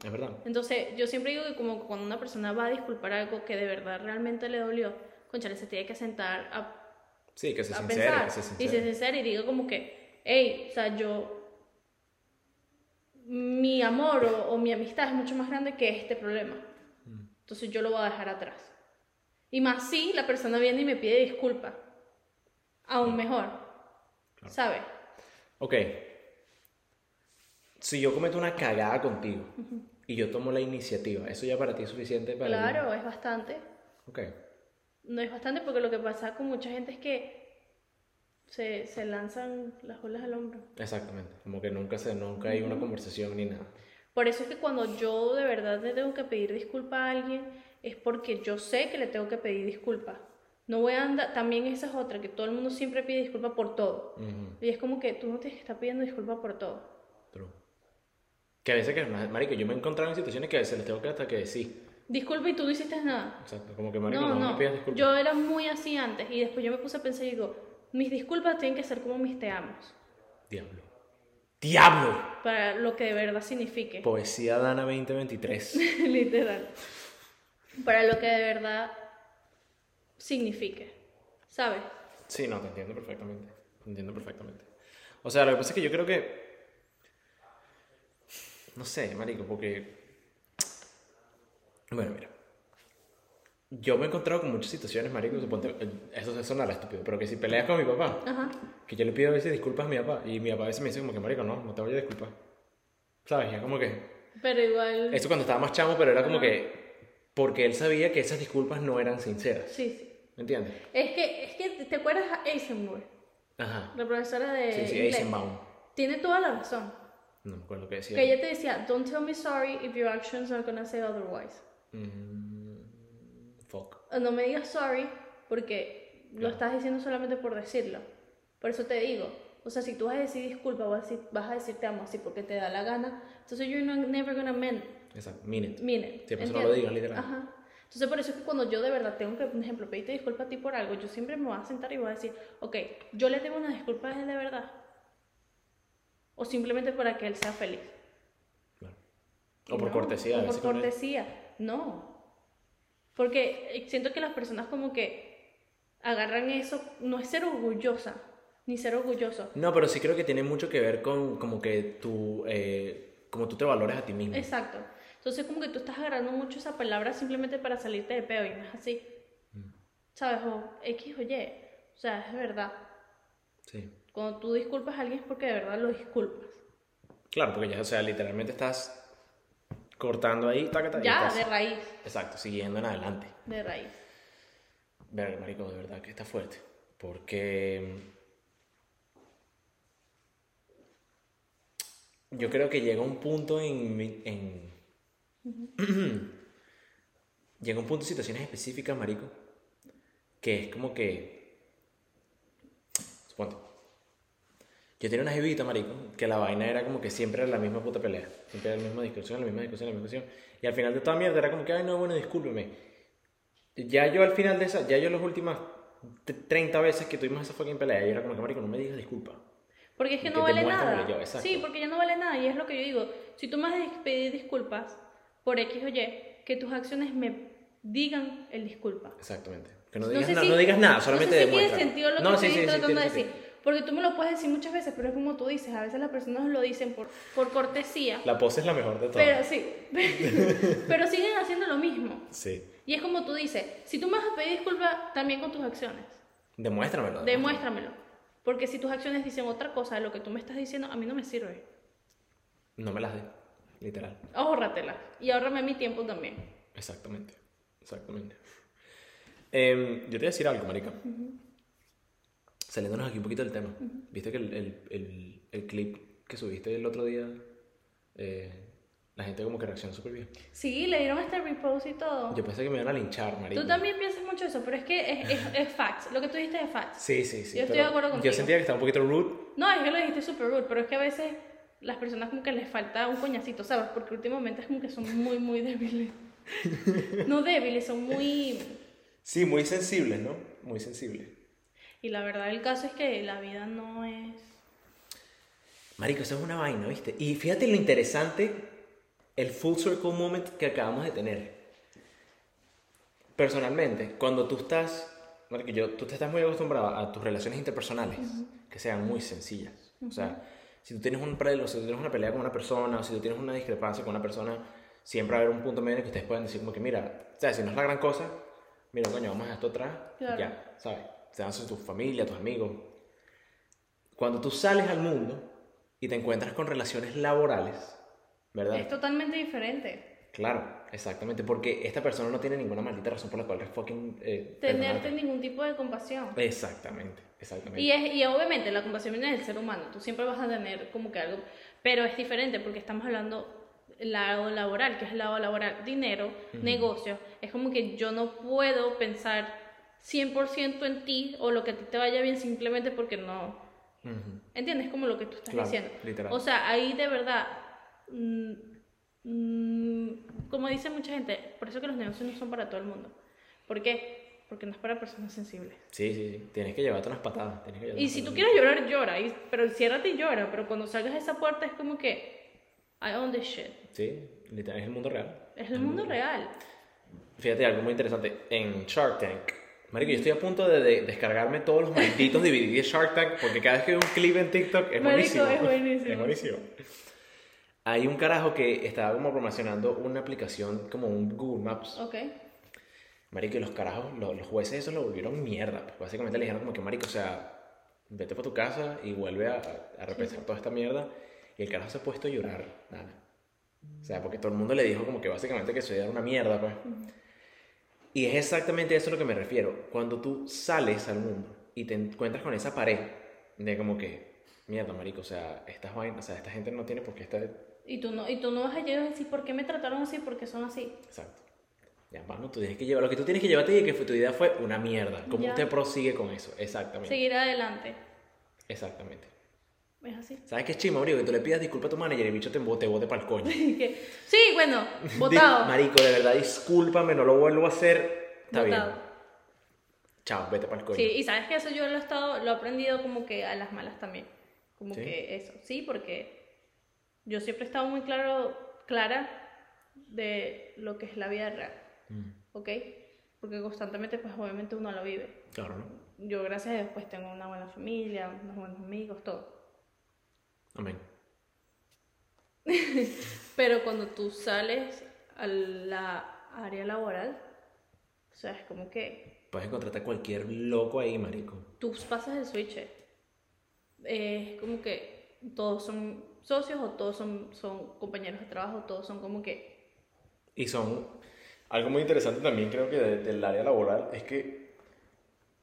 Speaker 1: Es verdad.
Speaker 2: Entonces, yo siempre digo que como cuando una persona va a disculpar algo que de verdad realmente le dolió, conchale, se tiene que sentar a,
Speaker 1: Sí, que se
Speaker 2: a
Speaker 1: sincere,
Speaker 2: pensar.
Speaker 1: que se
Speaker 2: y se
Speaker 1: sincere.
Speaker 2: sincera y diga como que, hey, o sea, yo... Mi amor o, o mi amistad es mucho más grande que este problema. Entonces yo lo voy a dejar atrás. Y más si la persona viene y me pide disculpa. Aún mejor. ¿Sabes?
Speaker 1: Ok. Si yo cometo una cagada contigo y yo tomo la iniciativa, ¿eso ya para ti es suficiente para
Speaker 2: Claro, es bastante.
Speaker 1: Ok.
Speaker 2: No es bastante porque lo que pasa con mucha gente es que se, se lanzan las olas al hombro.
Speaker 1: Exactamente, como que nunca se, nunca hay una conversación ni nada.
Speaker 2: Por eso es que cuando yo de verdad le tengo que pedir disculpa a alguien, es porque yo sé que le tengo que pedir disculpa. No voy a andar, también esa es otra, que todo el mundo siempre pide disculpa por todo.
Speaker 1: Ujú,
Speaker 2: Y es como que tú no tienes que estar pidiendo disculpa por todo.
Speaker 1: true. Que a veces que, marico, yo me he encontrado en situaciones que a veces les tengo que hasta que decir.
Speaker 2: Disculpa y tú no hiciste nada.
Speaker 1: Exacto, como que marico, no,
Speaker 2: No, no,
Speaker 1: me pidas disculpas.
Speaker 2: yo era muy así antes y después yo me puse a pensar y digo, mis disculpas tienen que ser como mis te amos,
Speaker 1: Diablo. ¡Diablo!
Speaker 2: para lo que de verdad signifique.
Speaker 1: Poesía Dana 2023.
Speaker 2: Literal. Para lo que de verdad signifique. ¿Sabes?
Speaker 1: sí, no, te entiendo perfectamente. Te entiendo perfectamente. O sea, lo que pasa es que yo creo que. No sé, marico, porque. Bueno, mira. Yo me he encontrado con muchas situaciones, marico, suponte, eso se sonará estúpido, pero que si peleas con mi papá,
Speaker 2: Ajá.
Speaker 1: que yo le pido a veces disculpas a mi papá y mi papá a veces me dice como que marico no no te voy a disculpar sabes ya como que
Speaker 2: Pero igual.
Speaker 1: eso cuando estaba más chamo pero era como que porque él sabía que esas disculpas no eran sinceras.
Speaker 2: Sí, sí.
Speaker 1: ¿Me entiendes?
Speaker 2: Es que, es que te acuerdas a Eisenberg,
Speaker 1: Ajá.
Speaker 2: la profesora de.
Speaker 1: Sí, sí,
Speaker 2: inglés?
Speaker 1: Eisenbaum.
Speaker 2: Tiene toda la razón.
Speaker 1: No me acuerdo qué decía.
Speaker 2: Que ella te decía, don't tell me sorry if your actions are gonna say otherwise.
Speaker 1: Mm, fuck.
Speaker 2: O No me digas sorry porque lo
Speaker 1: Claro.
Speaker 2: estás diciendo solamente por decirlo. Por eso te digo. O sea, si tú vas a decir disculpa, vas a decir, vas a decir te amo así porque te da la gana, entonces you're not, never gonna mend
Speaker 1: Exacto. Minute.
Speaker 2: Mire.
Speaker 1: Sí, pues eso no lo
Speaker 2: ¿entiendes?
Speaker 1: digas, literal.
Speaker 2: Ajá. Entonces, por eso es que cuando yo de verdad tengo que, por ejemplo, pedirte disculpa a ti por algo, yo siempre me voy a sentar y voy a decir, ok, yo le tengo una disculpa a él de verdad. O simplemente para que él sea feliz.
Speaker 1: Claro. O por
Speaker 2: No,
Speaker 1: cortesía. a
Speaker 2: O por
Speaker 1: veces con él.
Speaker 2: cortesía. No. Porque eh, siento que las personas como que agarran eso, no es ser orgullosa, ni ser orgulloso.
Speaker 1: No, pero sí creo que tiene mucho que ver con como que tú, eh, como tú te valores a ti mismo.
Speaker 2: Exacto. Entonces como que tú estás agarrando mucho esa palabra simplemente para salirte de peo y no es así.
Speaker 1: Mm.
Speaker 2: ¿Sabes? O X o Y. O sea, es verdad.
Speaker 1: Sí.
Speaker 2: Cuando tú disculpas a alguien es porque de verdad lo disculpas.
Speaker 1: Claro, porque ya, o sea, literalmente estás cortando ahí, taca, taca, y
Speaker 2: Ya,
Speaker 1: estás-
Speaker 2: de raíz.
Speaker 1: Exacto, siguiendo en adelante.
Speaker 2: De raíz.
Speaker 1: Verga, marico, de verdad que está fuerte. Porque. mm, Yo creo que llega un punto en. mi- en... llega un punto en situaciones específicas, marico. Que es como que. Suponte. Yo tenía una jevita, marico, que la vaina era como que siempre era la misma puta pelea. Siempre era la misma discusión, la misma discusión, la misma discusión. Y al final de toda mierda era como que, ay, no, bueno, discúlpeme. Ya yo al final de esa, ya yo las últimas t- 30 veces que tuvimos esa fucking pelea, yo era como que, marico, no me digas disculpa.
Speaker 2: Porque es que
Speaker 1: Que
Speaker 2: no
Speaker 1: te
Speaker 2: vale
Speaker 1: muestran
Speaker 2: nada.
Speaker 1: lo que yo, exacto.
Speaker 2: sí, porque ya no vale nada. Y es lo que yo digo. Si tú me vas a dis- pedir disculpas por X o Y, que tus acciones me digan el disculpa.
Speaker 1: Exactamente. Que no
Speaker 2: No
Speaker 1: digas,
Speaker 2: sé
Speaker 1: na-
Speaker 2: si-
Speaker 1: no digas nada,
Speaker 2: no sé
Speaker 1: solamente
Speaker 2: si
Speaker 1: demuestra.
Speaker 2: tiene sentido lo que
Speaker 1: no,
Speaker 2: estoy tratando
Speaker 1: tiene
Speaker 2: de
Speaker 1: sentido.
Speaker 2: decir. Porque tú me lo puedes decir muchas veces, pero es como tú dices. A veces las personas lo dicen por, por cortesía.
Speaker 1: La pose es la mejor de todas.
Speaker 2: Pero sí. pero siguen haciendo lo mismo.
Speaker 1: Sí.
Speaker 2: Y es como tú dices. Si tú me vas a pedir disculpas, también con tus acciones.
Speaker 1: Demuéstramelo.
Speaker 2: Demuéstramelo. Porque si tus acciones dicen otra cosa de lo que tú me estás diciendo, a mí no me sirve.
Speaker 1: No me las dé. Literal.
Speaker 2: Ahórratela. Y ahórrame mi tiempo también.
Speaker 1: Exactamente. Exactamente. Em, yo te voy a decir algo, marica. Saliéndonos aquí un poquito del tema. Viste que el, el- el- el clip que subiste el otro día, eh, la gente como que reaccionó súper bien.
Speaker 2: Sí, le dieron este repost y todo.
Speaker 1: Yo pensé que me iban a linchar, marico.
Speaker 2: Tú también piensas mucho eso, pero es que es, es, es facts. Lo que tú dijiste es facts.
Speaker 1: Sí, sí, sí.
Speaker 2: Yo estoy
Speaker 1: pero
Speaker 2: de acuerdo
Speaker 1: Yo
Speaker 2: contigo.
Speaker 1: sentía que estaba un poquito rude.
Speaker 2: No, es que lo dijiste súper rude, pero es que a veces las personas como que les falta un coñacito, ¿sabes? Porque últimamente es como que son muy, muy débiles. No débiles, son muy...
Speaker 1: Sí, muy sensible, ¿no? Muy sensible.
Speaker 2: Y la verdad el caso es que la vida no es...
Speaker 1: Marico, eso es una vaina, ¿viste? Y fíjate lo interesante, el full circle moment que acabamos de tener. Personalmente, cuando tú estás, marico, yo, tú te estás muy acostumbrado a tus relaciones interpersonales, que sean muy sencillas. O sea, si tú tienes un prelo, si tú tienes una pelea con una persona, o si tú tienes una discrepancia con una persona, siempre va a haber un punto medio en el que ustedes pueden decir como que, mira, o sea, si no es la gran cosa, mira, coño, vamos a esto atrás, y
Speaker 2: Claro.
Speaker 1: ya, ¿sabes? Se dan tu familia, tus amigos, cuando tú sales al mundo y te encuentras con relaciones laborales, ¿verdad?
Speaker 2: Es totalmente diferente.
Speaker 1: Claro, exactamente, porque esta persona no tiene ninguna maldita razón por la cual fucking... eh,
Speaker 2: Tenerte
Speaker 1: perdonarte.
Speaker 2: ningún tipo de compasión.
Speaker 1: Exactamente, exactamente.
Speaker 2: Y, es, y obviamente la compasión viene del ser humano, tú siempre vas a tener como que algo, pero es diferente porque estamos hablando del lado laboral, que es el lado laboral, dinero, negocio, es como que yo no puedo pensar 100% en ti o lo que a ti te vaya bien simplemente porque no,
Speaker 1: Ujú.
Speaker 2: ¿entiendes? Como lo que tú estás
Speaker 1: Claro,
Speaker 2: diciendo.
Speaker 1: literal.
Speaker 2: O sea, ahí de verdad, mm, mm, como dice mucha gente, por eso que los negocios no son para todo el mundo. ¿Por qué? Porque no es para personas sensibles.
Speaker 1: Sí, sí, sí, tienes que llevarte unas patadas. tienes que llevarte
Speaker 2: Y
Speaker 1: unas
Speaker 2: si tú
Speaker 1: patadas.
Speaker 2: quieres llorar, llora. y- pero ciérrate y llora. Pero cuando salgas de esa puerta es como que. I own this shit.
Speaker 1: Sí, literal, es el mundo real.
Speaker 2: Es el
Speaker 1: Mm.
Speaker 2: mundo real.
Speaker 1: Fíjate algo muy interesante. En Shark Tank, Marico, yo estoy a punto de, de descargarme todos los malditos DVD de Shark Tank porque cada vez que veo un clip en TikTok es
Speaker 2: Marico,
Speaker 1: buenísimo.
Speaker 2: es buenísimo.
Speaker 1: Es buenísimo. Hay un carajo que estaba como promocionando una aplicación como un Google Maps.
Speaker 2: Ok.
Speaker 1: Marico, y los carajos, lo- los, jueces esos lo volvieron mierda. Pues básicamente le dijeron como que, Marico, o sea, vete para tu casa y vuelve a, a repensar toda esta mierda. Y el carajo se ha puesto a llorar. Nada. O sea, porque todo el mundo le dijo como que básicamente que estudiar era una mierda, pues. Y es exactamente eso a lo que me refiero. Cuando tú sales al mundo y te encuentras con esa pared de como que, mierda, marico, o sea, estas vainas, o sea, esta gente no tiene por qué estar...
Speaker 2: Y tú no, y tú no vas a llegar a decir por qué me trataron así, por qué son así.
Speaker 1: Exacto. Ya, mano, tú tienes que llevar lo que tú tienes que llevarte y que fue- tu idea fue una mierda. ¿Cómo
Speaker 2: Ya.
Speaker 1: usted prosigue con eso? Exactamente.
Speaker 2: Seguir adelante.
Speaker 1: Exactamente.
Speaker 2: Es así.
Speaker 1: ¿Sabes qué es chimo, marico? Que tú le pidas disculpas a tu manager y el bicho te bote, bote para el coño.
Speaker 2: Y que, sí, bueno,
Speaker 1: Di-
Speaker 2: votado.
Speaker 1: Marico, de verdad, discúlpame, no lo vuelvo a hacer. Está
Speaker 2: votado.
Speaker 1: bien. Chao, vete para el coño.
Speaker 2: Sí, y sabes que eso yo lo he estado, lo he aprendido como que a las malas también. Como
Speaker 1: ¿Sí?
Speaker 2: que eso, sí, porque yo siempre he estado muy claro, clara de lo que es la vida real,
Speaker 1: Mm,
Speaker 2: ¿ok? Porque constantemente, pues obviamente uno lo vive.
Speaker 1: claro, ¿no?
Speaker 2: Yo gracias a Dios pues tengo una buena familia, unos buenos amigos, todo.
Speaker 1: Amén.
Speaker 2: Pero cuando tú sales a la área laboral, o sea, es como que
Speaker 1: Puedes encontrarte a cualquier loco ahí, marico.
Speaker 2: tú pasas el switch. eh. Eh, Es como que todos son socios o todos son, son compañeros de trabajo, todos son como que...
Speaker 1: Y son... Algo muy interesante también creo que de- del área laboral es que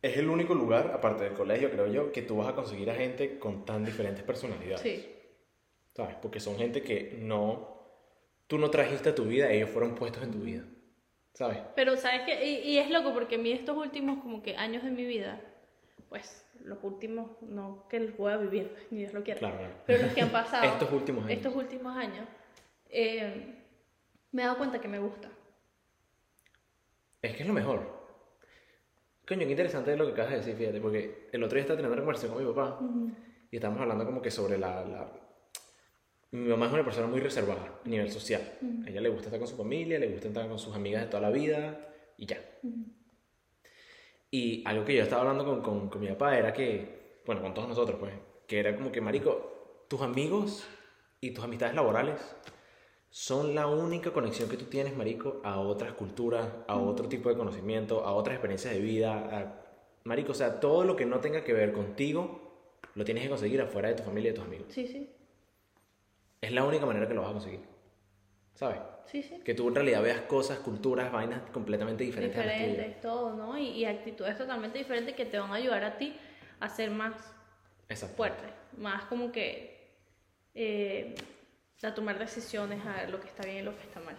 Speaker 1: es el único lugar, aparte del colegio, creo yo, que tú vas a conseguir a gente con tan diferentes personalidades.
Speaker 2: Sí,
Speaker 1: ¿Sabes? Porque son gente que no... Tú no trajiste a tu vida, ellos fueron puestos en tu vida. ¿Sabes?
Speaker 2: pero sabes que... Y, y es loco porque a mí estos últimos como que años de mi vida, pues los últimos, no que los voy a vivir, ni Dios lo quiera,
Speaker 1: Claro, claro.
Speaker 2: pero los que han pasado,
Speaker 1: Estos últimos años.
Speaker 2: estos últimos años, eh, me he dado cuenta que me gusta.
Speaker 1: Es que es lo mejor. Coño, qué interesante es lo que acabas de decir, fíjate, porque el otro día estaba teniendo una conversación con mi papá y estábamos hablando como que sobre la, la- Mi mamá es una persona muy reservada a nivel social. A ella le gusta estar con su familia, le gusta estar con sus amigas de toda la vida y ya. Y algo que yo estaba hablando con, con- con mi papá era que, bueno, con todos nosotros, pues, que era como que, Marico, tus amigos y tus amistades laborales son la única conexión que tú tienes, marico, a otras culturas, a otro tipo de conocimiento, a otras experiencias de vida. a- Marico, o sea, todo lo que no tenga que ver contigo, lo tienes que conseguir afuera de tu familia y de tus amigos.
Speaker 2: Sí, sí,
Speaker 1: Es la única manera que lo vas a conseguir. ¿Sabes?
Speaker 2: sí, sí.
Speaker 1: Que tú en realidad veas cosas, culturas, vainas completamente diferentes. a las tuyas.
Speaker 2: Diferentes, todo, ¿no? Y, y actitudes totalmente diferentes que te van a ayudar a ti a ser más
Speaker 1: Exacto.
Speaker 2: fuerte, más como que eh, a tomar decisiones a lo que está bien y lo que está mal.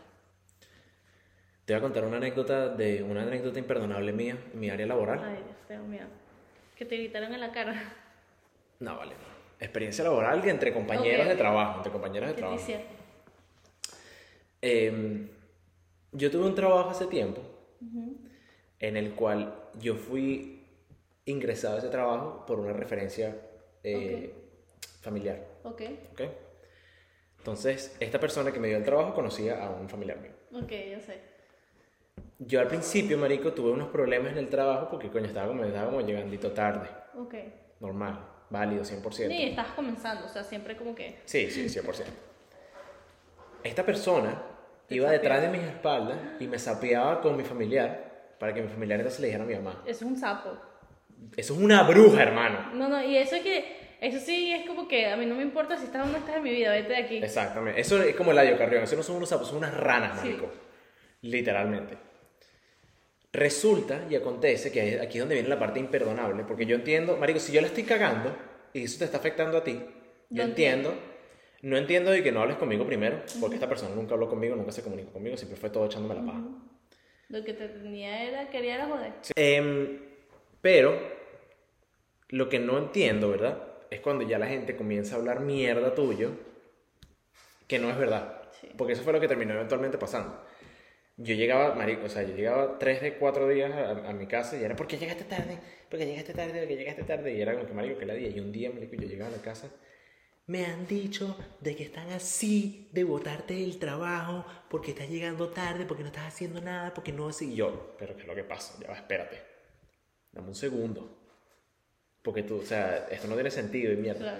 Speaker 1: Te voy a contar una anécdota de una anécdota imperdonable mía, en mi área laboral.
Speaker 2: Ay, Dios, tengo miedo. Que te gritaron en la cara.
Speaker 1: No, vale. Experiencia laboral que entre compañeros
Speaker 2: Ok,
Speaker 1: de
Speaker 2: ok.
Speaker 1: trabajo, entre compañeros
Speaker 2: ¿Qué
Speaker 1: de
Speaker 2: te
Speaker 1: trabajo.
Speaker 2: hicieron?
Speaker 1: Eh, yo tuve un trabajo hace tiempo en el cual yo fui ingresado a ese trabajo por una referencia eh, familiar.
Speaker 2: Ok,
Speaker 1: ¿ok? Entonces, esta persona que me dio el trabajo conocía a un familiar mío.
Speaker 2: ok, yo sé.
Speaker 1: Yo al principio, marico, tuve unos problemas en el trabajo porque, coño, estaba como, estaba como llegandito tarde.
Speaker 2: Ok.
Speaker 1: Normal, válido, 100%.
Speaker 2: Ni estás comenzando, o sea, siempre como que.
Speaker 1: Sí, sí, 100%. Esta persona iba detrás de mis espaldas y me sapeaba con mi familiar para que mi familiar entonces le dijera a mi mamá.
Speaker 2: Eso es un sapo.
Speaker 1: Eso es una bruja, hermano.
Speaker 2: No, no, y eso que. Eso sí es como que a mí no me importa si estás o no estás en mi vida, vete de aquí.
Speaker 1: Exactamente. Eso es como el adiocarrión. Eso no son unos sapos, son unas ranas,
Speaker 2: Sí.
Speaker 1: marico. Literalmente. Resulta y acontece que ahí- aquí es donde viene la parte imperdonable. Porque yo entiendo, marico, si yo la estoy cagando y eso te está afectando a ti, yo
Speaker 2: No
Speaker 1: entiendo. No entiendo de que no hables conmigo primero, porque esta persona nunca habló conmigo, nunca se comunicó conmigo, siempre fue todo echándome la paja.
Speaker 2: Lo que te tenía era, quería era joder.
Speaker 1: Em, pero lo que no entiendo, ¿verdad? Es cuando ya la gente comienza a hablar mierda tuyo, que no es verdad.
Speaker 2: Sí.
Speaker 1: Porque eso fue lo que terminó eventualmente pasando. Yo llegaba, marico, o sea, yo llegaba tres de cuatro días a, a mi casa y era, ¿por qué llegaste tarde? ¿Por qué llegaste tarde? ¿Por qué llegaste tarde? Y era como que, marico, que la día. Y un día, marico, yo llegaba a la casa me han dicho de que están así de botarte del trabajo porque estás llegando tarde, porque no estás haciendo nada, porque no así. Y yo, pero ¿qué es lo que pasa? Ya va, espérate. Dame un segundo. Porque tú, o sea, esto no tiene sentido y mierda.
Speaker 2: Claro.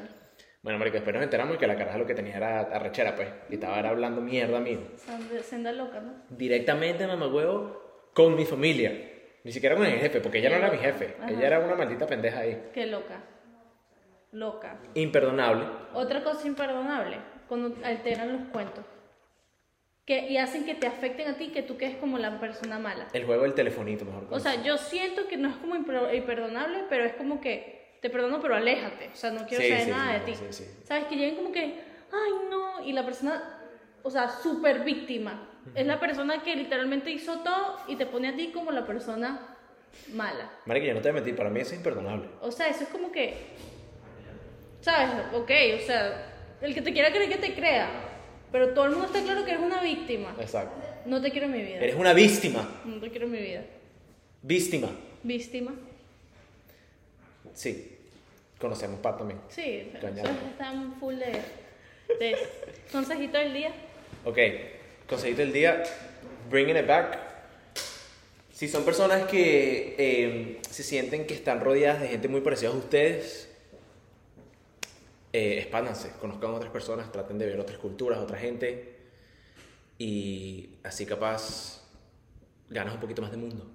Speaker 1: Bueno, marico, después nos enteramos que la caraja lo que tenía era arrechera, pues. Y estaba era hablando mierda mío.
Speaker 2: Senda- Senda loca, ¿no?
Speaker 1: Directamente, mamagüevo, con mi familia. Ni siquiera con el jefe, porque ella no era mi jefe.
Speaker 2: Ajá.
Speaker 1: Ella era una maldita pendeja ahí.
Speaker 2: Qué loca. Loca.
Speaker 1: Imperdonable.
Speaker 2: Otra cosa imperdonable, cuando alteran los cuentos. que, y hacen que te afecten a ti, que tú quedes como la persona mala.
Speaker 1: El juego del telefonito, mejor.
Speaker 2: O sea, yo siento que no es como impro- imperdonable, pero es como que te perdono, pero aléjate. O sea, no quiero
Speaker 1: Sí,
Speaker 2: saber
Speaker 1: sí,
Speaker 2: nada
Speaker 1: sí,
Speaker 2: de ti.
Speaker 1: sí, sí.
Speaker 2: ¿Sabes? Que lleguen como que, ay, no. Y la persona, o sea, súper víctima. Es la persona que literalmente hizo todo y te pone a ti como la persona mala.
Speaker 1: Marica, yo no te voy a mentir, para mí eso es imperdonable.
Speaker 2: O sea, eso es como que. ¿Sabes? Ok, o sea, el que te quiera creer que te crea. Pero todo el mundo está claro que eres una víctima.
Speaker 1: Exacto.
Speaker 2: No te quiero en mi vida.
Speaker 1: Eres una víctima.
Speaker 2: No te quiero en mi vida.
Speaker 1: Víctima.
Speaker 2: Víctima.
Speaker 1: Sí. Conocemos Pat también.
Speaker 2: Sí, pero
Speaker 1: Cañada.
Speaker 2: eso está full de, de consejito del día.
Speaker 1: Ok, consejito del día, bringing it back. Si son personas que eh, se sienten que están rodeadas de gente muy parecida a ustedes, eh, expándanse, conozcan otras personas, traten de ver otras culturas, otra gente, y así capaz ganas un poquito más de mundo,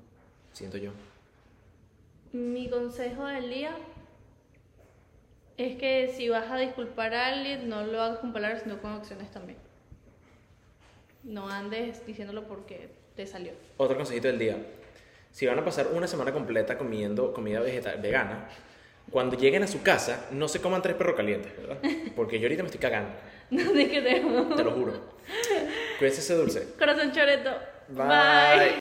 Speaker 1: siento yo.
Speaker 2: Mi consejo del día es que si vas a disculpar a alguien, no lo hagas con palabras, sino con acciones también. No andes diciéndolo porque te salió.
Speaker 1: Otro consejito del día. Si van a pasar una semana completa comiendo comida vegeta- vegana, cuando lleguen a su casa, no se coman tres perros calientes, ¿verdad? Porque yo ahorita me estoy cagando,
Speaker 2: No te queremos.
Speaker 1: te lo juro. Cuídense ese dulce.
Speaker 2: Corazón choreto.
Speaker 1: Bye.